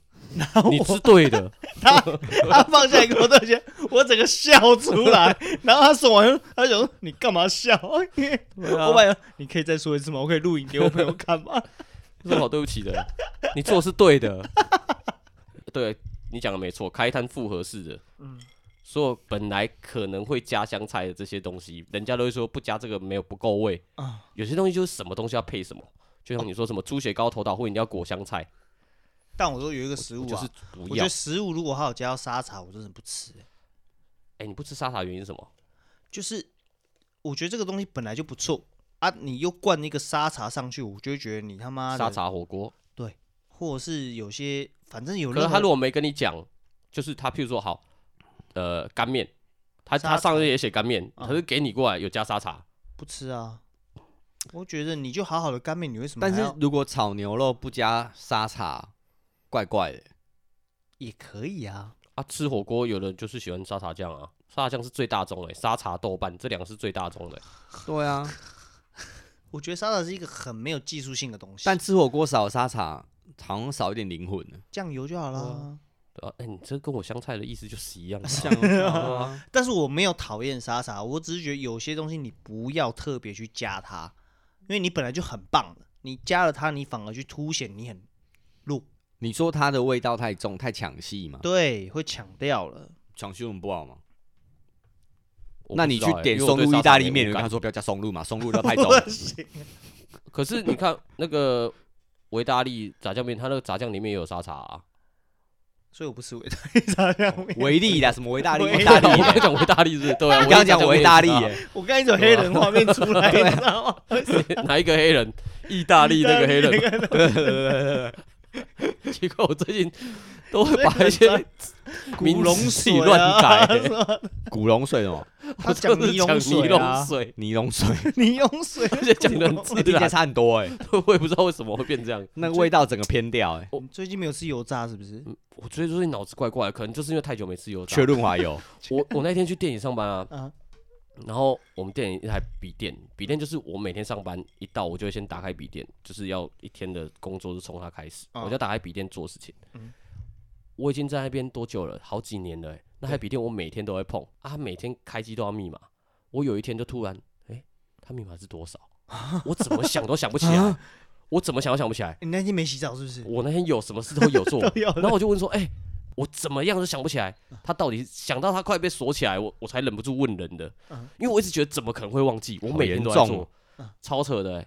你是对的，”他放下来跟我道歉，我整个笑出来。然后他送完，他想说：“你干嘛笑？”我我问他：“你可以再说一次吗？我可以录影给我朋友看吗 有什么好对不起的？ 你做的是 对的。对你讲的没错，开摊复合式的，嗯所有本来可能会加香菜的这些东西，人家都会说不加这个没有不够味。？”啊，有些东西就是什么东西要配什么，就像你说什么猪血糕头岛或你要裹香菜，但我说有一个食物我就啊是，不我觉要得。食物如果还有加到沙茶，我真的不吃、欸哎，你不吃沙茶原因是什么？就是我觉得这个东西本来就不错啊，你又灌一个沙茶上去，我就会觉得你他妈的沙茶火锅。或者是有些反正有可任是何，他如果没跟你讲，就是他譬如说好，呃，干面，他沙他茶上面也写干面，嗯可是给你过来有加沙茶，不吃啊，我觉得你就好好的干面，你为什么但还是要？如果炒牛肉不加沙茶，怪怪的。也可以啊，啊，吃火锅有人就是喜欢沙茶酱啊，沙茶酱是最大宗的，沙茶豆瓣这两个是最大宗的。对啊，我觉得沙茶是一个很没有技术性的东西，但吃火锅少沙茶，好像少一点灵魂了。酱油就好对啦啊。对啊，哎，你这跟我香菜的意思就是一样的啊。像啊 但是我没有讨厌沙茶，我只是觉得有些东西你不要特别去加它，因为你本来就很棒了，你加了它，你反而去凸显你很弱， 你说它的味道太重，太抢戏嘛？对，会抢掉了。抢戏很不好嘛？我不那你知去道哎点因为我松对露沙意茶大没利面，有你感跟他说不要加松露嘛，松露 料太 重。不行，可是你看那个维达利炸酱面，它那个炸酱里面也有沙茶啊。所以我不吃维他利 哦炸酱面。维力啦，什么维大利？维维大大利利 我耶，刚才讲维大利是不是对啊，你刚刚讲维大利也是啊耶，我刚才一种黑人画面出 来，你知道吗？哪一个黑人？意大利啊那个黑人。人， 奇怪，我最近都会把一些名龙字自己水乱啊改、古龙水哦， 他讲我尼真龙的是讲尼水龙啊，水， 尼龙水，尼龙水，而且讲的很自 听起来然，差很多 哎，我也不知道为什么会变这样。那个味道整个偏掉啊哎，你最近没有吃油炸是不是？我最近脑子怪怪的，可能就是因为太久没吃油炸缺。润 滑油，我我那天去店里上班啊，啊，然后我们店里一台笔电，笔电就是我每天上班一到，我就会先打开笔电，就是要一天的工作是从它开始，嗯我就打开笔电做事情。嗯我已经在那边多久了？好几年了、欸。那台笔电我每天都会碰啊，它每天开机都要密码。我有一天就突然，哎、它密码是多少？我怎么想都想不起来，我怎么想都想不起来。你那天没洗澡是不是？我那天有什么事都有做 都有，然后我就问说，哎、我怎么样都想不起来，他到底想到他快被锁起来，我我才忍不住问人的嗯，因为我一直觉得怎么可能会忘记，我好每天严都在重做哦嗯，超扯的、欸，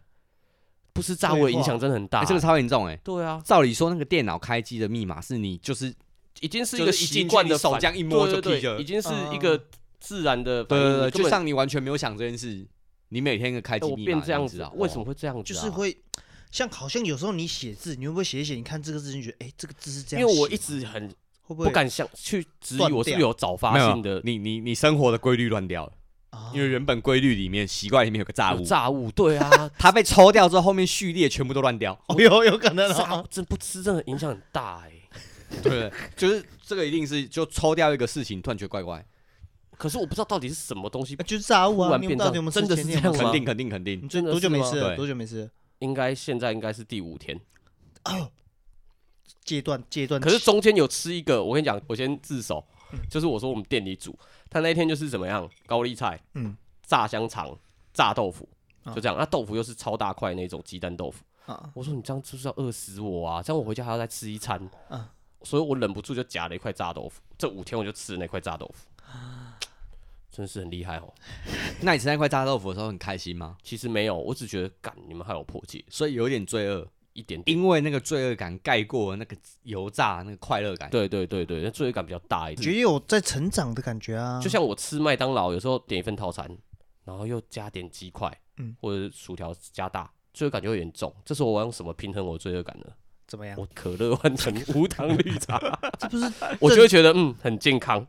不是炸物的影响真的很大、欸哎这个超严重哎。对啊，照理说，那个电脑开机的密码是你就是已经是一就个是一习进去惯你的手反这样一摸对就对记对着已经是一嗯嗯个自然的反对应，对对，你根就本像你完全没有想这件事，你每天一个开哎机我密码变这样子子啊，为什么？会这样子、啊？就是会像好像有时候你写字，你会不会写一写？你看这个字，你觉得哎，这个字是这因样为写吗，我一直很会不会不敢想去质疑断我是掉不是有早哇发没有性的你你你生活的规律乱掉了，啊因为原本规律里面习惯里面有个炸有物，炸物，对啊，它被抽掉之后，后面序列全部都乱掉。 哦 有有可能炸啊，真不吃真的影响很大哎、对，就是这个一定是就抽掉一个事情，突然觉得怪怪，可是我不知道到底是什么东西，就是炸物突啊，然你变们到底有没有吃这样真的前天 是这有样没有吗肯定肯定肯定 你，最多久没吃真的是吗了？多久没吃了？应该现在应该是第五天。戒断戒断期，可是中间有吃一个，我跟你讲，我先自首，就是我说我们店里煮，他那一天就是怎么样，高丽菜、嗯炸香肠、炸豆腐，啊就这样。那、豆腐又是超大块那种鸡蛋豆腐，啊，我说你这样是不是要饿死我啊？这样我回家还要再吃一餐，嗯所以我忍不住就夹了一块炸豆腐。这五天我就吃了那块炸豆腐，啊真是很厉害哦。那你吃那块炸豆腐的时候很开心吗？其实没有，我只觉得干你们害我破戒所以有点罪恶，一点点。因为那个罪恶感盖过了那个油炸那个快乐感。对对对对，那罪恶感比较大一点觉。得有在成长的感觉啊，就像我吃麦当劳，有时候点一份套餐，然后又加点鸡块，嗯或者是薯条加大，罪恶感就会严重。这时候我要用什么平衡我的罪恶感呢？怎么样？我可乐 换成无糖绿茶，这不 是我就会觉得嗯很健康。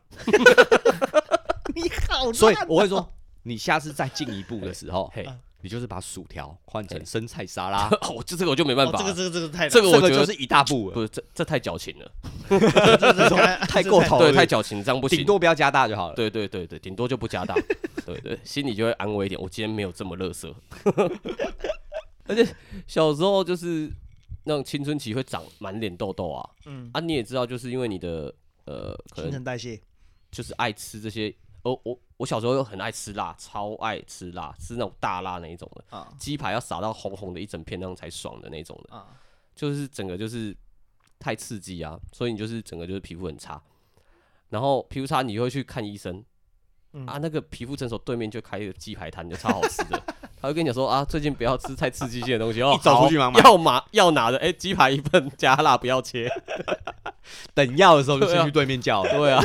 你好烂哦，啊 所以我会说，你下次再进一步的时候嘿，你就是把薯条换成对生菜沙拉，我这这个我就没办哦法这个了，这个这个太这个我这个觉就得是一大步了，不是这这太矫情了，个太太过哦头对，了，太矫情，这样不顶行。多不要加大就好了。对对对对，顶多就不加大，对对，心里就会安慰一点。我今天没有这么乐色，而且小时候就是那种青春期会长满脸痘痘啊，嗯，啊，你也知道，就是因为你的呃，可新能陈代 谢，就是爱吃这些。哦，我我小时候又很爱吃辣，超爱吃辣，吃那种大辣那一种的，啊鸡排要撒到红红的一整片那样才爽的那种的，啊，就是整个就是太刺激啊，所以你就是整个就是皮肤很差，然后皮肤差你就会去看医生，嗯啊，那个皮肤诊所对面就开一个鸡排摊，就超好吃的。他会跟你讲说啊，最近不要吃太刺激性的东西哦，一早好出去忙买要拿要拿的，哎、鸡排一份加辣不要切。等要的时候就对先啊去对面叫了。对啊，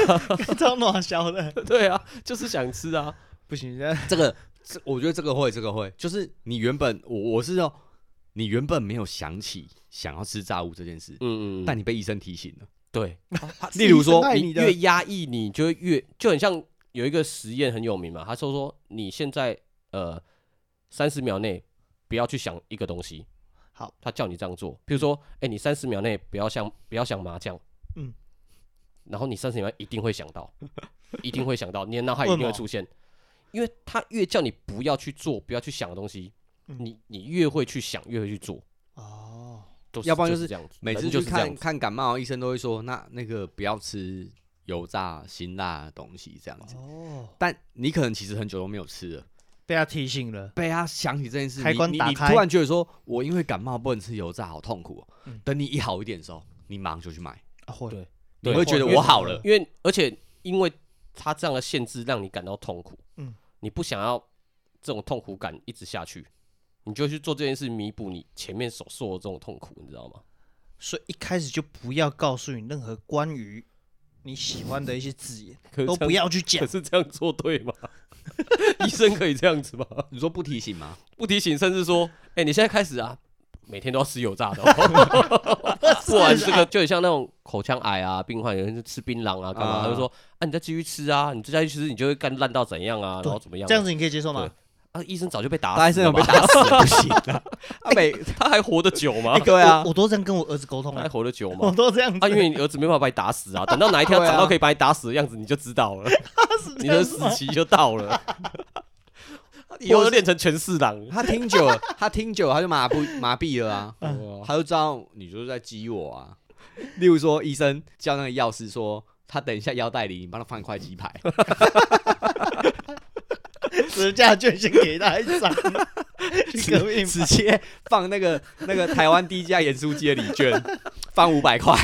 超暖小的， 对啊，就是想吃啊。不行，这这个， 这我觉得这个会，这个会，就是你原本我我是要，你原本没有想起想要吃炸物这件事，嗯嗯，但你被医生提醒了。对， 例如说，爱你你的越压抑，你就会越就很像有一个实验很有名嘛，他说说你现在呃三十秒内不要去想一个东西，好，他叫你这样做，比如说，哎、你三十秒内不要想不要想麻将，嗯，然后你三十秒一定会想到，一定会想到，你的脑海一为定什会么出现，因为他越叫你不要去做，不要去想的东西，嗯你你越会去想，越会去做，哦，都是要不然就就是是这样子，每次人就去是这样看子，看感冒，医生都会说，那那个不要吃油炸、辛辣的东西这样子。哦，但你可能其实很久都没有吃了，被他提醒了，被他想起这件事，开你关你打你开突然觉得说，我因为感冒不能吃油炸，好痛苦、哦。嗯等你一好一点的时候，你马上就去买，啊会对你对会觉得会我好了。因为而且因为他这样的限制让你感到痛苦，嗯，你不想要这种痛苦感一直下去，你就去做这件事弥补你前面所受的这种痛苦，你知道吗？所以一开始就不要告诉你任何关于你喜欢的一些字眼，可是都这样不要去可讲。是这样做对吗？ 医生可以这样子吗？你说不提醒吗？不提醒，甚至说，哎、你现在开始啊，每天都要吃油炸的、 哦，不啊 然这个就很像那种口腔癌啊，病患有人就吃槟榔啊，干嘛？啊他就说，啊，你再继续吃啊，你再继续吃，你就会干烂到怎样啊，然后怎么样啊、这样子你可以接受吗？啊，医生早就被打死了吧，大医生有被打死了不行啊，啊每他还活得久吗哎？对啊我，我都这样跟我儿子沟通他还了，活得久我吗？都这样子。啊，因为你儿子没办法把你打死啊，等到哪一天他对啊长到可以把你打死的样子，你就知道了，你的死期就到了，以后就练成全四郎。他听久了，他听久了他就麻不麻痹了 啊，哇他就知道你就是在激我啊。例如说，医生叫那个药师说，他等一下腰带里，你帮他放一块鸡 排，折价券先给他一张， 去革命吧直接放那个那个台湾低价盐酥鸡的礼券，放五 百块，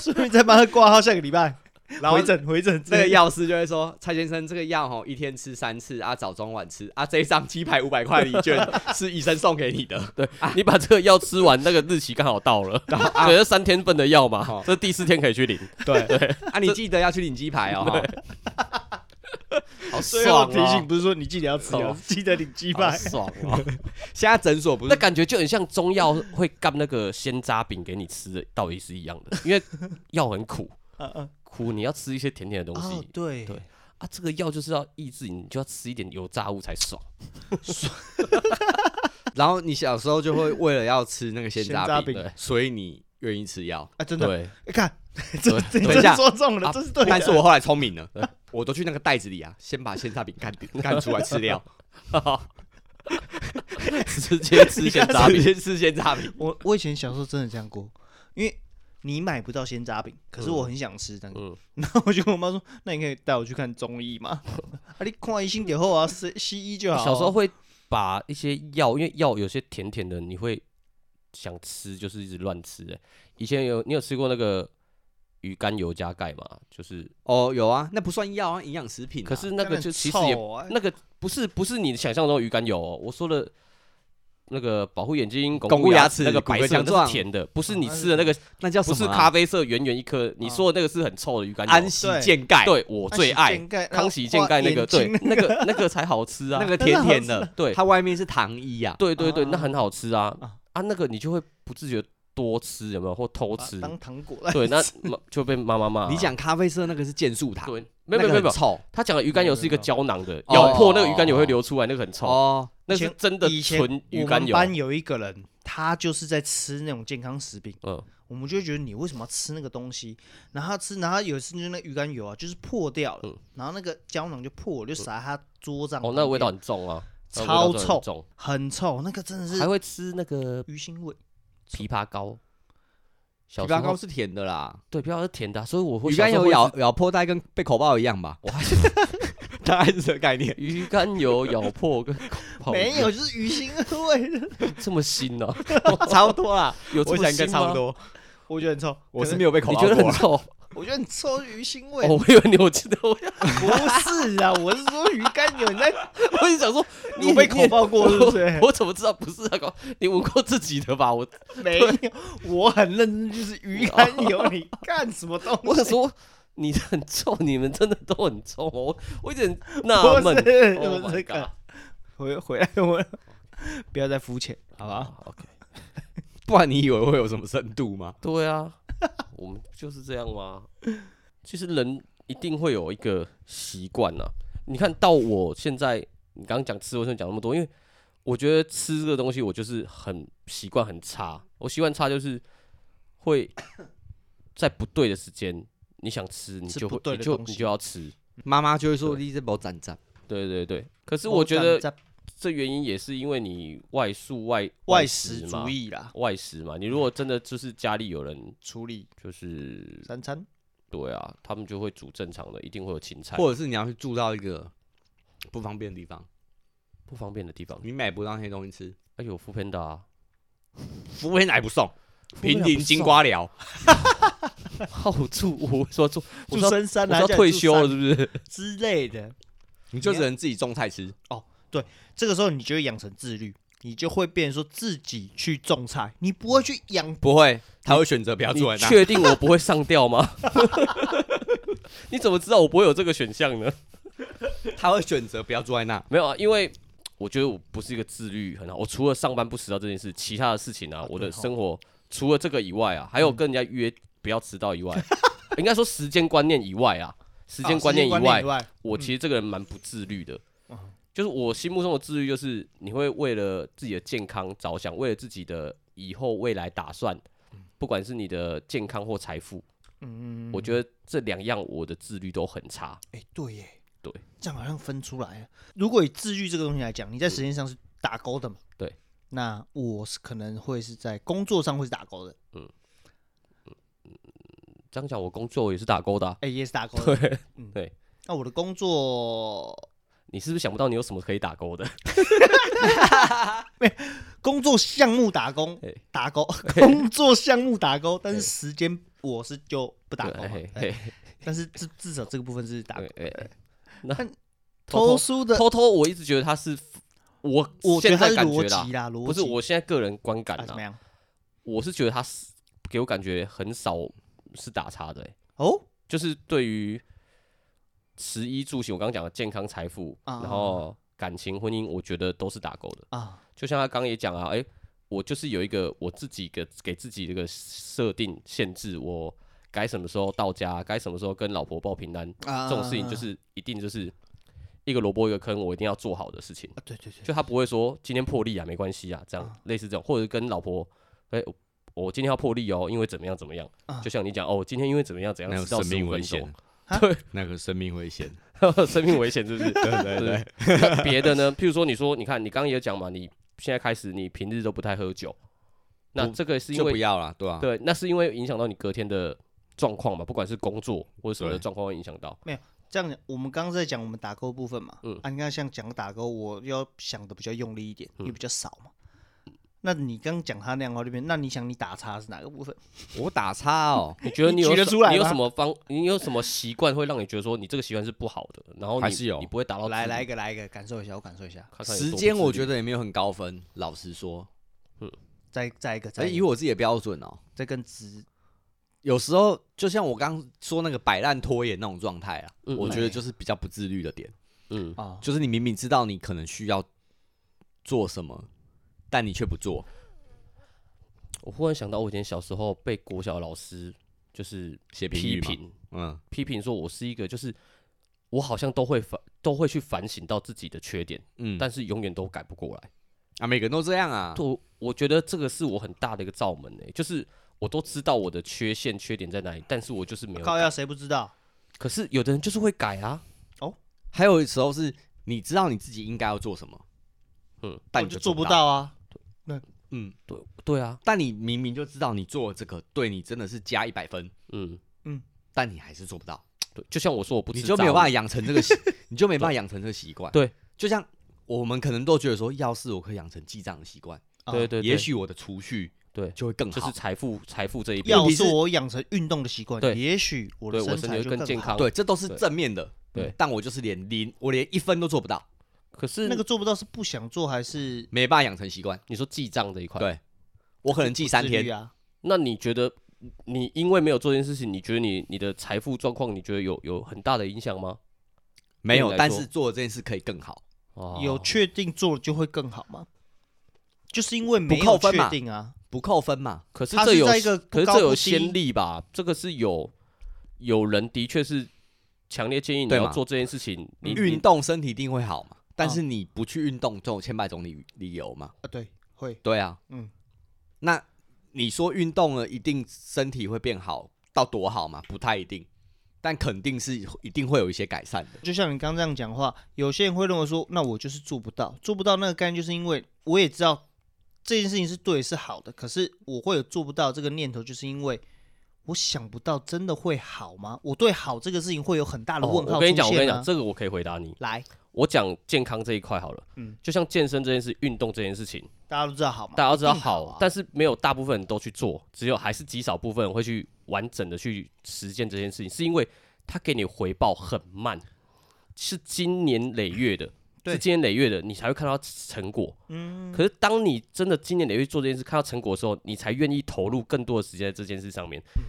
顺便再帮他挂号，下个礼拜然后回诊回诊之那类的。个药师就会说：“蔡先生，这个药哦，一天吃三次啊，早中晚吃啊。这一张鸡排五百块礼券是医生送给你的，对你把这个药吃完，那个日期刚好到了，然后啊对，这三天份的药嘛好，这第四天可以去领，对啊，你记得要去领鸡排哦。哈好最后爽提啊醒不是说你记得要吃药，记得领鸡好哦排。爽啊！现在诊所不那是感觉就很像中药会干那个鲜渣饼给你吃的道理是一样的，因为药很苦，嗯嗯苦你要吃一些甜甜的东哦西，对对啊，这个药就是要抑制你，你就要吃一点油炸物才爽。然后你小时候就会为了要吃那个鲜鲜炸炸饼，饼对所以你愿意吃药。啊，真的，对，你看这这等一下这说中了，啊这是对的。但是我后来聪明了，我都去那个袋子里啊，先把鲜炸饼干干出来吃掉，直接吃鲜炸饼。先吃鲜炸饼。我我以前小时候真的这样过，因为你买不到鲜炸饼，可是我很想吃那个，嗯， 然后我就跟我妈说：“那你可以带我去看中医 嘛？啊，你看医生就好啊，西西医就好。”小时候会把一些药，因为药有些甜甜的，你会想吃，就是一直乱吃、欸。以前有你有吃过那个鱼肝油加钙嘛？就是，哦，有啊，那不算药啊，营养食品啊。可是那个就其实也也那个不是不是你想象中的鱼肝油、哦，我说的。那个保护眼 睛、巩固固牙牙齿那个骨骼白色强那壮是甜的，不是哦你那是吃的那个，那叫什么不是啊？咖啡色圆圆一颗，你哦说的那个是很臭的鱼肝油安。息健钙，对我最啊爱康喜健钙那个，对，那个那个才好吃 啊，那个甜甜的，对它外面是糖衣啊。对对对，啊那很好吃啊啊啊，那个你就会不自觉多吃，有没有？或偷我吃，当糖果来对，那妈就被妈妈骂啊。你讲咖啡色那个是健素糖，对，没有没那有个没有很没有，臭他讲的鱼肝油是一个胶囊的，哦咬破那个鱼肝油会流出来，那个很臭，哦，那是真的以前纯鱼我肝们油。班有一个人，他就是在吃那种健康食品，嗯，我们就会觉得你为什么要吃那个东西？然后他吃，然后他有一次就是那鱼肝油啊，就是破掉了，嗯然后那个胶囊就破了，就撒在他桌上。哦，那味道很重啊，那超味道真的很臭，重，很臭，那个真的还是会吃那个鱼腥味。枇杷膏。枇小时杷膏候是甜的啦，对，枇杷膏是甜的啊，所以我会鱼肝油咬咬咬破大概跟被口爆一 样吧， 大概是这个概念。鱼肝油咬破跟泡没有，就是鱼腥 味，这么腥呢？差不多啦，有这我么想应该腥差不吗？多。 我觉得很臭。 我是可没有被口啊你爆过觉得很啦，臭？哦，哦能我觉得很臭，鱼腥味。我以为你，我记得我，不是啊，我是说鱼肝油，你在 我是想说，你我被口爆过是不你是？我怎么知道不是那个？你闻过自己的吧？我 没有，我很认真，就是鱼肝 油，你干什么东西？ 我想说，你很臭，你们真的都很臭哦。我我有点不纳闷。是， Oh 不 my 是 god 干回 回来我不要再肤浅，好吧？ ，OK，不然你以为会有什么深度吗？对啊，我们不就是这样吗？其实人一定会有一个习惯啊。你看到我现在，你刚刚讲吃，为什么讲那么多？因为我觉得吃这个东西，我就是很习惯很差。我习惯差就是会在不对的时间，你想吃，你吃就不会对你的就东你西就要吃。妈妈就会说对你这不沾沾，对对对，可是我觉得哦在这原因也是因为你外宿外外食嘛主，义啦，外食嘛。你如果真的就是家里有人，处理就是三餐对啊，他们就会煮正常的，一定会有芹菜，或者是你要去住到一个不方便的地方，不方便的地方。你买不到那些东西吃，哎呦，富平达、啊，服务员来不送，平 Foodpanda 林不金送瓜寮，好住，我说住，我住说深山我啊，说叫你退住休山了是不是？之类的，你就只能自己种菜吃。这个时候你就会养成自律，你就会变成说自己去种菜，你不会去养。不会，他会选择不要你住在那。确定我不会上吊吗？ 你怎么知道我不会有这个选项呢？他会选择不要住在那。没有啊，因为我觉得我不是一个自律很好。我除了上班不迟到这件事，其他的事情啊，啊我对的吼生活除了这个以外啊，还有跟人家约不要迟到以外，应该说时间观念以外啊，时间观念以以外，外，我其实这个人蛮不自律的嗯。就是我心目中的自律，就是你会为了自己的健康着想，为了自己的以后未来打算，不管是你的健康或财富，嗯，我觉得这两样我的自律都很差。哎，对耶，对，这样好像分出来了。如果以自律这个东西来讲，你在时间上是打勾的嘛？嗯对。那我是可能会是在工作上会是打勾的，这样讲，我工作也是打勾的啊、哎，也是打勾的。对，嗯对。那我的工作你是不是想不到你有什么可以打勾的？工作项目打工哎打勾，工作项目打勾，但是时间我是就不打勾嘛。对哎嘿但是至至少这个部分是打勾嘿。对哎那但偷偷书的，偷偷，我一直觉得他是我我觉现得它在是感逻觉啦辑，啦，逻辑不是我现在个人观感啊怎么啦，样？我是觉得他是给我感觉很少是打叉的欸，哦，就是对于食衣住行，我刚刚讲的健康、财富，啊然后感情、婚姻，我觉得都是打勾的。啊，就像他刚刚也讲啊，哎、我就是有一个我自己给给自己的一个设定限制，我该什么时候到家，该什么时候跟老婆报平安，啊这种事情就是一定就是一个萝卜一个坑，我一定要做好的事情。啊，对对对，就他不会说今天破例啊，没关系啊，这样、类似这种，或者跟老婆，哎、我我今天要破例哦，因为怎么样怎么样，啊就像你讲哦，我今天因为怎么样怎那样，有迟到生十命五分危钟险，啊对， 那个生命危险。 生命危险是不是？对对对对，那别的呢？譬如说，你说你看，你刚刚也讲嘛，你现在开始你平日都不太喝酒，那不这个是因就不为要了，对啊吧、对，那是因为影响到你隔天的状况嘛，不管是工作或者什么的对状况会影响到。这样讲，我们刚刚在讲我们打勾部分嘛，嗯啊，你看像讲打勾，我要想的比较用力一点，因为比较少嘛。那你刚讲他那样的话，这边，那你想你打叉是哪个部分？我打叉 哦，你觉得你有你举得什出来吗你有什么方？你有什么习惯会让你觉得说你这个习惯是不好的？然后你还是有你不会达到来自律来一，个，来一个，感受一下，我感受一下，看看有多时不间我自律觉得也没有很高分，老实说，再再一而个，再一以个我自己的标准哦，再更直，有时候就像我刚说那个摆烂拖延那种状态啊，嗯我觉哎得就是比较不自律的点，嗯，啊，就是你明明知道你可能需要做什么，但你却不做。我忽然想到我以前小时候被国小老师就是写评批语嘛评嗯，批评说我是一个就是我好像都会反都会去反省到自己的缺点，嗯，但是永远都改不过来。啊，每个人都这样啊，我我觉得这个是我很大的一个罩门诶、就是我都知道我的缺陷缺点在哪里，但是我就是没啊有靠要改。谁不知道？可是有的人就是会改啊，还有时候是你知道你自己应该要做什么，嗯，但我你就就做不不，到啊。嗯，对对啊，但你明明就知道你做了这个对你真的是加一百分，嗯，但你还是做不到，对，就像我说我不吃你炸物，就没有办法养成这个 习，你就没办法养成这个习惯。对，就像我们可能都觉得说，要是我可以养成记账的习惯，啊对对对，也许我的储蓄对，就会更就是好。财富财富这一边，要题是是我养成运动的习惯，对也许我的对我身身材体会就更健好康。对，这都是对正面的。对但我就是连零，我连一分都做不到，可是那个做不到是不想做还是没办法养成习惯。你说记账这一块，对我可能记三自律天，啊？那你觉得你因为没有做这件事情，你觉得你你的财富状况，你觉得有有很大的影响吗？没有对，你来但说是做这件事可以更好。哦有确定做了就会更好吗？就是因为没不扣有分确嘛定啊，不扣分嘛？可是它这是有在一个可是不高这有不低先例吧？这个是有有人的确是强烈建议你对要嘛做这件事情，你嗯运你动身体一定会好嘛？但是你不去运动，总有千百种理理由嘛？啊对，会对啊，嗯嗯，那你说运动了一定身体会变好到多好嘛？不太一定，但肯定是一定会有一些改善的。就像你刚这样讲话，有些人会认为说，那我就是做不到，做不到那个概念，就是因为我也知道这件事情是对是好的，可是我会有做不到这个念头，就是因为我想不到真的会好吗？我对好这个事情会有很大的哦问号、出我跟你讲，我跟你现啊讲，这个我可以回答你。来，我讲健康这一块好了，嗯就像健身这件事、运动这件事情，大家都知道好吗？大家都知道一定好好，啊，但是没有大部分人都去做，只有还是极少部分人会去完整的去实践这件事情，是因为它给你回报很慢，是经年累月的，对是经年累月的，你才会看到成果。嗯，可是当你真的经年累月做这件事，看到成果的时候，你才愿意投入更多的时间在这件事上面。嗯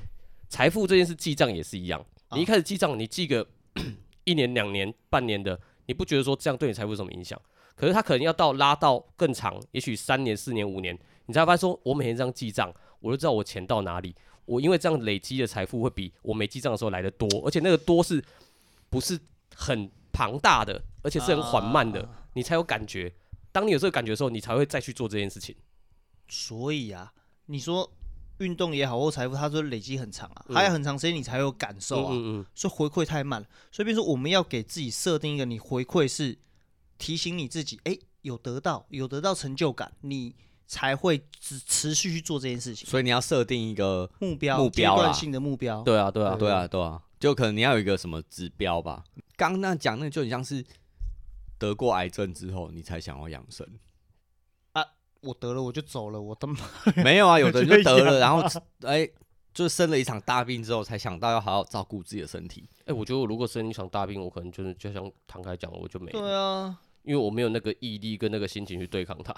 财富这件事记账也是一样，啊你一开始记账，你记个一年、两年、半年的，你不觉得说这样对你财富有什么影响？可是他可能要到拉到更长，也许三年、四年、五年，你才发现说，我每天这样记账，我就知道我钱到哪里。我因为这样累积的财富会比我没记账的时候来的多，而且那个多是不是很庞大的，而且是很缓慢的，啊你才有感觉。当你有这个感觉的时候，你才会再去做这件事情。所以啊，你说运动也好或财富，它说累积很长啊，嗯还有很长时间你才有感受啊，嗯嗯嗯，所以回馈太慢了。所以，变成说我们要给自己设定一个，你回馈是提醒你自己，哎、有得到，有得到成就感，你才会持持续去做这件事情。所以你要设定一个，目标，目标啦阶段性的目标，对啊对啊对啊，对啊，就可能你要有一个什么指标吧。刚刚那讲那个就很像是得过癌症之后，你才想要养 生。我得了我就走了，我他妈没有啊，有的人就觉得得了，然后哎、就生了一场大病之后，才想到要好好照顾自己的身体。哎、我觉得我如果生一场大病，我可能就是就像唐凯讲，我就没了，对啊，因为我没有那个毅力跟那个心情去对抗它。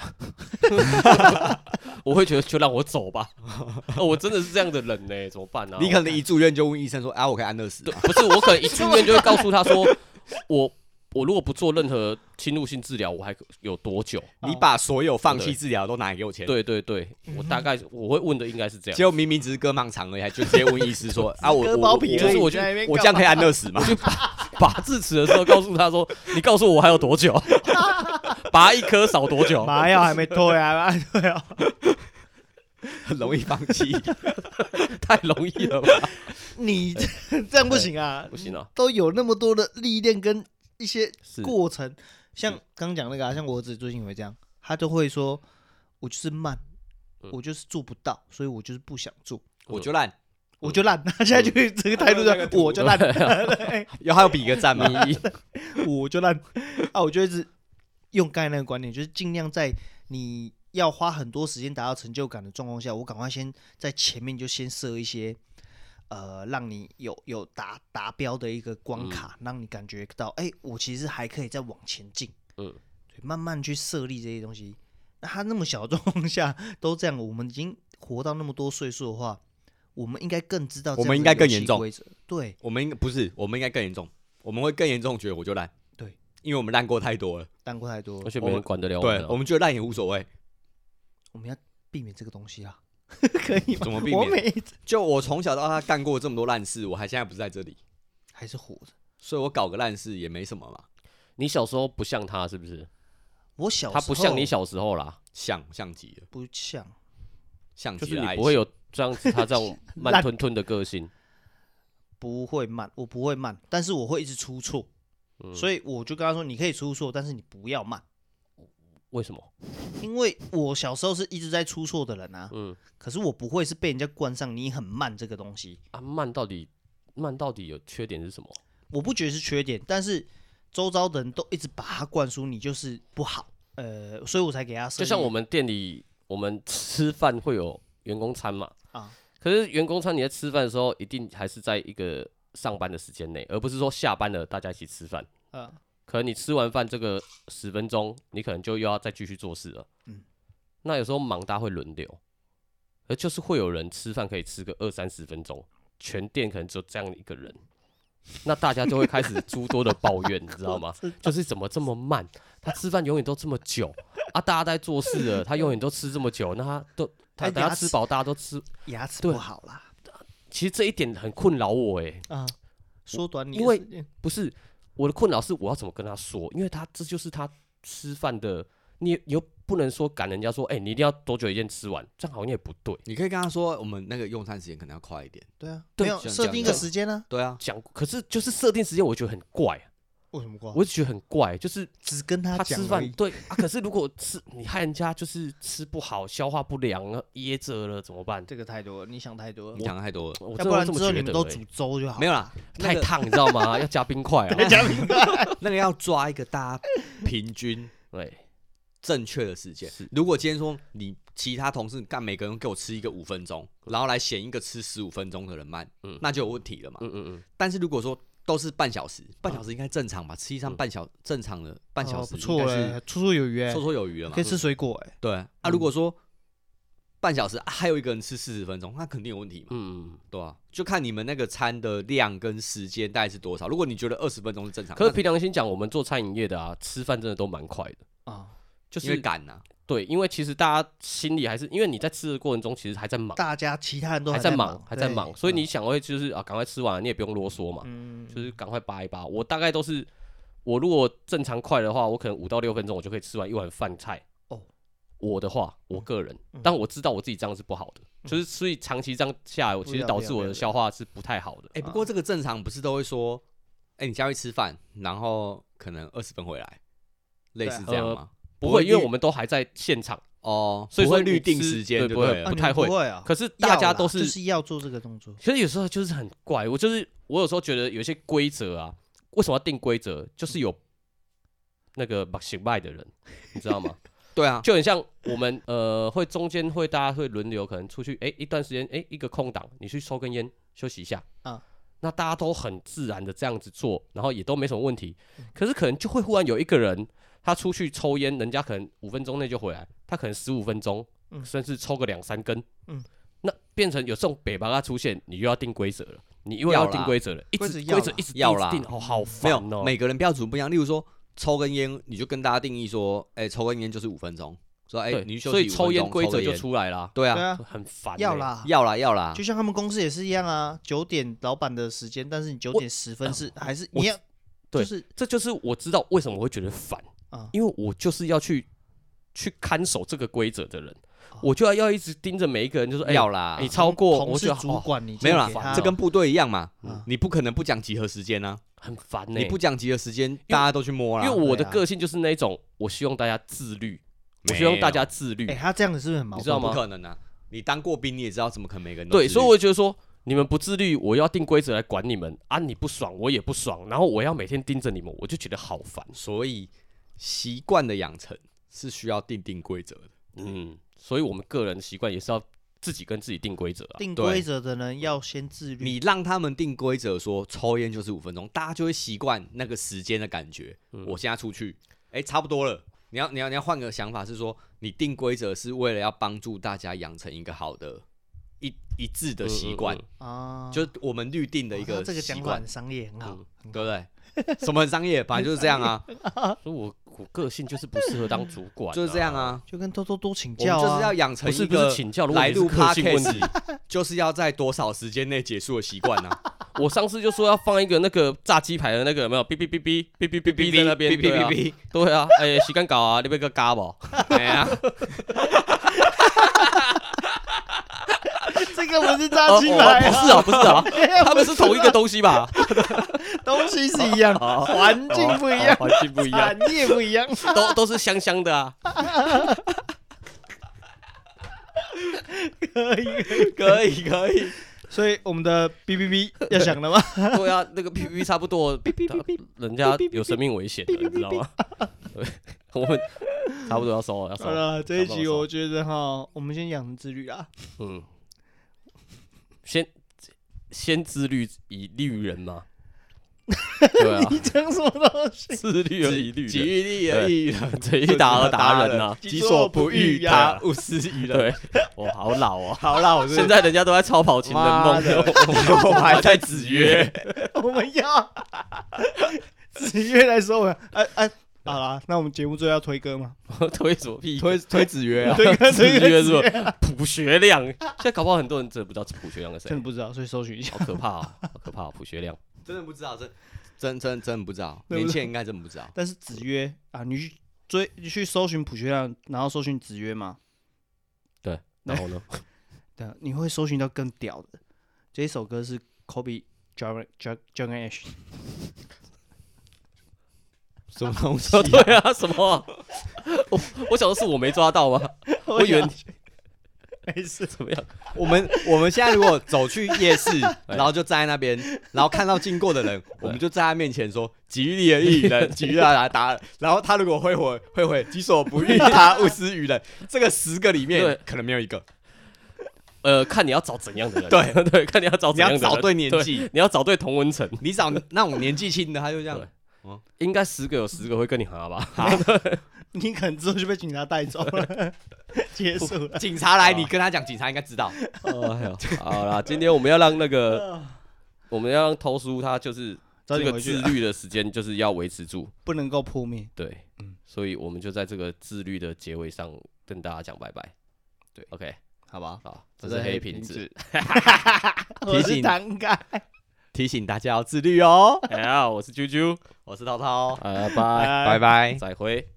我会觉得就让我走吧、哦我真的是这样的人呢、怎么办呢、啊？你可能一住院就问医生说：“啊，我可以安乐死对吗不是我可能一出院就会告诉他说，我我如果不做任何侵入性治疗，我还有多久？？”你把所有放对弃治疗都拿来给我钱，对对对，我大概我会问的应该是这样。结果明明只是割盲肠而已，还就直接问医师 说：“啊，我割我包我皮就而已是我在那边去，干嘛我这样可以安乐死吗 拔智齿的时候告诉他说：“你告诉我我还有多久？拔一颗少多久麻药还没退啊，对啊，？”很容易放弃。 太容易了吧？你这 这样不行啊，不行啊，都有那么多的历练跟一些是过程，像刚讲那个、啊，像我儿子最近也会这样，他就会说，我就是慢，嗯我就是做不到，所以我就是不想做，我就烂，嗯我就烂。 他现在就是这个态度上，我就烂，对要还有比一个赞 吗？我就烂 啊！我就一直用刚才那个观点，就是尽量在你要花很多时间达到成就感的状况下，我赶快先在前面就先设一些。呃，让你有有达达标的一个关卡，让你感觉到，哎、我其实还可以再往前进。嗯，对，慢慢去设立这些东西。那他那么小的状况下都这样，我们已经活到那么多岁数的话，我们应该更知道这我样们子应该的更游严戏重规则。对，我们应该不是，我们应该更严重，我们会更严重，觉得我就烂。对，因为我们烂过太多了。当过太多而了，且没人管得了我们对啊。，我们觉得烂也无所谓。我们要避免这个东西啊， 可以吗？怎么避我免每一次就我从小到大干过这么多烂事，我还现在不是在这里。还是活着，所以我搞个烂事也没什么嘛。你小时候不像他是不是？我小时他候不像你小时候啦，像像极了，不像，像就极是了你爱不会情。有这样子他这 样慢吞吞的个性。不会慢，我不会慢，但是我会一直出错，嗯所以我就跟他说，你可以出错，但是你不要慢，为什么？因为我小时候是一直在出错的人啊，嗯，可是我不会是被人家冠上你很慢这个东西，啊，慢到底慢到底有缺点是什么？我不觉得是缺点，但是周遭的人都一直把它灌输你就是不好，呃，所以我才给他设嗯就立，像我们店里，我们吃饭会有员工餐嘛，啊，可是员工餐你在吃饭的时候，一定还是在一个上班的时间内，而不是说下班了大家一起吃饭。呃，可能你吃完饭这个十分钟，你可能就又要再继续做事了。嗯那有时候忙大家会轮流，而就是会有人吃饭可以吃个二三十分钟，全店可能只有这样一个人，那大家就会开始诸多的抱怨，你知道 吗？就是怎么这么慢？他吃饭永远都这么久啊！大家在做事了，他永远都吃这么久，那他都他哎等他牙吃齿饱，大家都吃。牙齿对不好啦，其实这一点很困扰我欸诶、啊，缩短你的因为时间不是我的困扰是我要怎么跟他说，因为他这就是他吃饭的，你你又不能说赶人家说，哎、你一定要多久一定吃完，这样好像也不对。你可以跟他说，我们那个用餐时间可能要快一点。对啊，对没有像设定一这个样时间呢、对啊，讲可是就是设定时间，我觉得很怪，啊为什么挂？我就觉得很怪，就是只跟他他讲吃而饭已对啊，可是如果吃你害人家就是吃不好，消化不良了，噎着了怎么办？这个太多了，你想太多了你。想的太多了。我要真不的然这么之后觉你得、们都欸煮，粥就好。没有啦， 太那个烫你知道吗？ 要加冰块 啊， 那个要抓一个大家平均 对，正确的时间。如果今天说你其他同事干每个人给我吃一个五分钟，然后来嫌一个吃十五分钟的人慢，嗯那就有问题了嘛。嗯嗯嗯，但是如果说都是半小时，半小时应该正常吧？吃一餐半小正常的半小哦时不应错欸该哎是，绰绰有余哎绰，绰有余了嘛可以。吃水果哎。对啊，如果说半小时、啊还有一个人吃四十分钟，那肯定有问题嘛。嗯嗯。对啊，就看你们那个餐的量跟时间大概是多少。如果你觉得二十分钟是正常，可是那凭良心讲，我们做餐饮业的啊，吃饭真的都蛮快的，啊，就因为是赶呐、对，因为其实大家心里还是因为你在吃的过程中，其实还在忙，大家其他人都还在在忙，还在对哦忙，所以你想会就是啊，赶快吃完，你也不用啰嗦嘛，嗯，就是赶快扒一扒。我大概都是，我如果正常快的话，我可能五到六分钟我就可以吃完一碗饭菜。哦我的话，我个人，嗯但我知道我自己这样是不好的，就是所以长期这样下来，我其不实要导不要不致我要的不消化是不太好的。哎、不过这个正常不是都会说，哎、你下去吃饭，然后可能二十分回来，类对啊似这样呃吗？不不会会，因为因我们都还在现场，哦，所以不说会你预定吃时间对就不会了啊不你太们会不会啊。可是要大家啦都就是是要做这个动作，其实有时候就是很怪，我就是我有时候觉得有些规则啊，为什么要定规则？就是有那个把行外的人，你知道吗？对啊，就很像我们 呃，会中间会大家会轮流，可能出去哎、一段时间哎、一个空档，你去抽根烟休息一下嗯啊那大家都很自然的这样子做，然后也都没什么问题。可是可能就会忽然有一个人，他出去抽烟，人家可能五分钟内就回来，他可能十五分钟，嗯甚至抽个两三根，嗯，那变成有这种北巴拉出现，你又要定规则了，你又要要啦定规则了，一规直则规要则啦一直定要一直啦定哦，好没烦有哦，每个人标准不一样。例如说抽根烟，你就跟大家定义说，哎、抽根烟就是五分钟，说哎、对，你去休息所以5分抽烟钟规则根就烟出来啦，对啊，对啊，很烦欸，要啦。要啦要啦就，像他们公司也是一样啊，九点老板的时间，但是你九我点十分是还是我你要，对就是这就是我知道为什么我会觉得烦啊因为我就是要去去看守这个规则的人哦，我就要要一直盯着每一个人，就说哎，啊要啦，你超过同我事就主好管你没有这啦样给他，这跟部队一样嘛，嗯你不可能不讲集合时间啊，很烦呢，你不讲集合时间，大家都去摸啦，因为我的对啊个性就是那一种，我希望大家自律，我没希望大家自律哎，，他这样子是不是很矛你知道盾？吗不可能啊，你当过兵你也知道，怎么可能每个人都对，自所以律我觉得说。你们不自律，我要定规则来管你们啊！你不爽，我也不爽，然后我要每天盯着你们，我就觉得好烦。所以习惯的养成是需要定定规则的。嗯，所以我们个人习惯也是要自己跟自己定规则 啊。定对规则的人要先嗯自律，你让他们定规则，说抽烟就是五分钟，大家就会习惯那个时间的感觉。嗯我现在出去，哎、差不多了。你要你要你要换个想法，是说你定规则是为了要帮助大家养成一个好的一一致的习惯，嗯嗯啊，就是我们律定的一哇个他这个习讲法惯很，商业很好，对不对？什么很商业，反正就是这样 啊，所以我我个性就是不适合当主管、 就是这样。啊。就跟多多多请我们教就是啊要，养成不是一不是个请教的问来题，是录个性问 podcast 题。 就是要在多少时间内结束的习惯呢？啊我上次就说要放一个那个炸鸡排的那个有没有？哔哔哔哔哔哔哔哔在那边，哔对哔啊，哔对啊，哎，洗干搞啊，你别个嘎吧。哔，哎呀， 这个不是炸鸡排不啊，是啊，不是啊， 他们是同同一个东西吧？东西是一样，环境不一样，哦啊环境不一样，产业不一样。都都是香香的啊。可以可以，所以我们的 B B B 要响了吗？对啊，那个 P P 差不 多，人家有生命危险的，你知道吗？ 对，我们差不多要收了，要收 好了。了，这一集我觉得哈，我们先养成自律啊啦。嗯，先先自律以律人嘛。 对啊，你讲什么东西？自律而以律己人，欲力而对欲人，己达而达人啊呐。啊己所不欲，对他啊勿施 于人。对， 我好老哦。 好啦，我现在人家都在超跑情人梦妈， 我我还在子曰，我们要子越来说，我们哎哎，好啦，那我们节目最后要推歌吗？推什么 屁？推推子曰啊， 推歌自推律歌是吧？普学亮，现在搞不好很多人真的不知道普学亮真是谁的，不知道，所以搜寻一下。好可怕啊！好可怕哦，普 学亮。真的不知道，真真真真不知道，对不对年轻人应该真不知道。但是子曰啊，你去追你去搜寻普学亮，然后搜寻子曰嘛，对，然 后呢？对啊，你会搜寻到更屌的。这一首歌是 Kobe Jordan Jordan Jordan Ash，什么东西 哦，对啊，什么啊？ 我我想的是我没抓 到吗？啊我以为你没事，怎么样？我们我们现在如果走去夜 市，哎然后就站在那边，然后看到经过的 人，我们就在他面前说“己欲力而欲人，己欲来达人”。然后他如果挥回 挥回“己所不欲，他勿施 于人”，这个十个里对面可能没有一个。呃，看你要找怎样的人。对啊 对，看你要找你怎样的要人。找啊对年纪，你要找对同文层，你找那种年纪轻的，他就这样对。应该十个有十个会跟你哈吧？你可能之后就被警察带走了，结束了。警察来，你跟他讲，警察应该知 道。哎呦，好啦，今天我们要让那个，我们要让偷书，他就是早这点个回自去啊，律的时间就是要维持住，不能够破灭。对，嗯所以我们就在这个自律的结尾上跟大家讲拜拜。对，OK，好吧，好，这是黑瓶子。，我提是醒唐凯。提醒大家要自律哦。 哎呀，我是啾啾， 我是涛涛，呃，拜，拜拜。再会。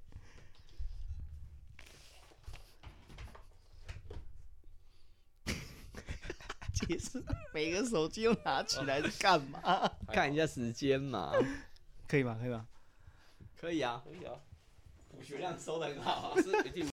解释每个手机又拿起来是干嘛？看一下时间嘛， 可以吗？可以吗？ 可以啊，可以啊。补血量收的很好啊，是一定。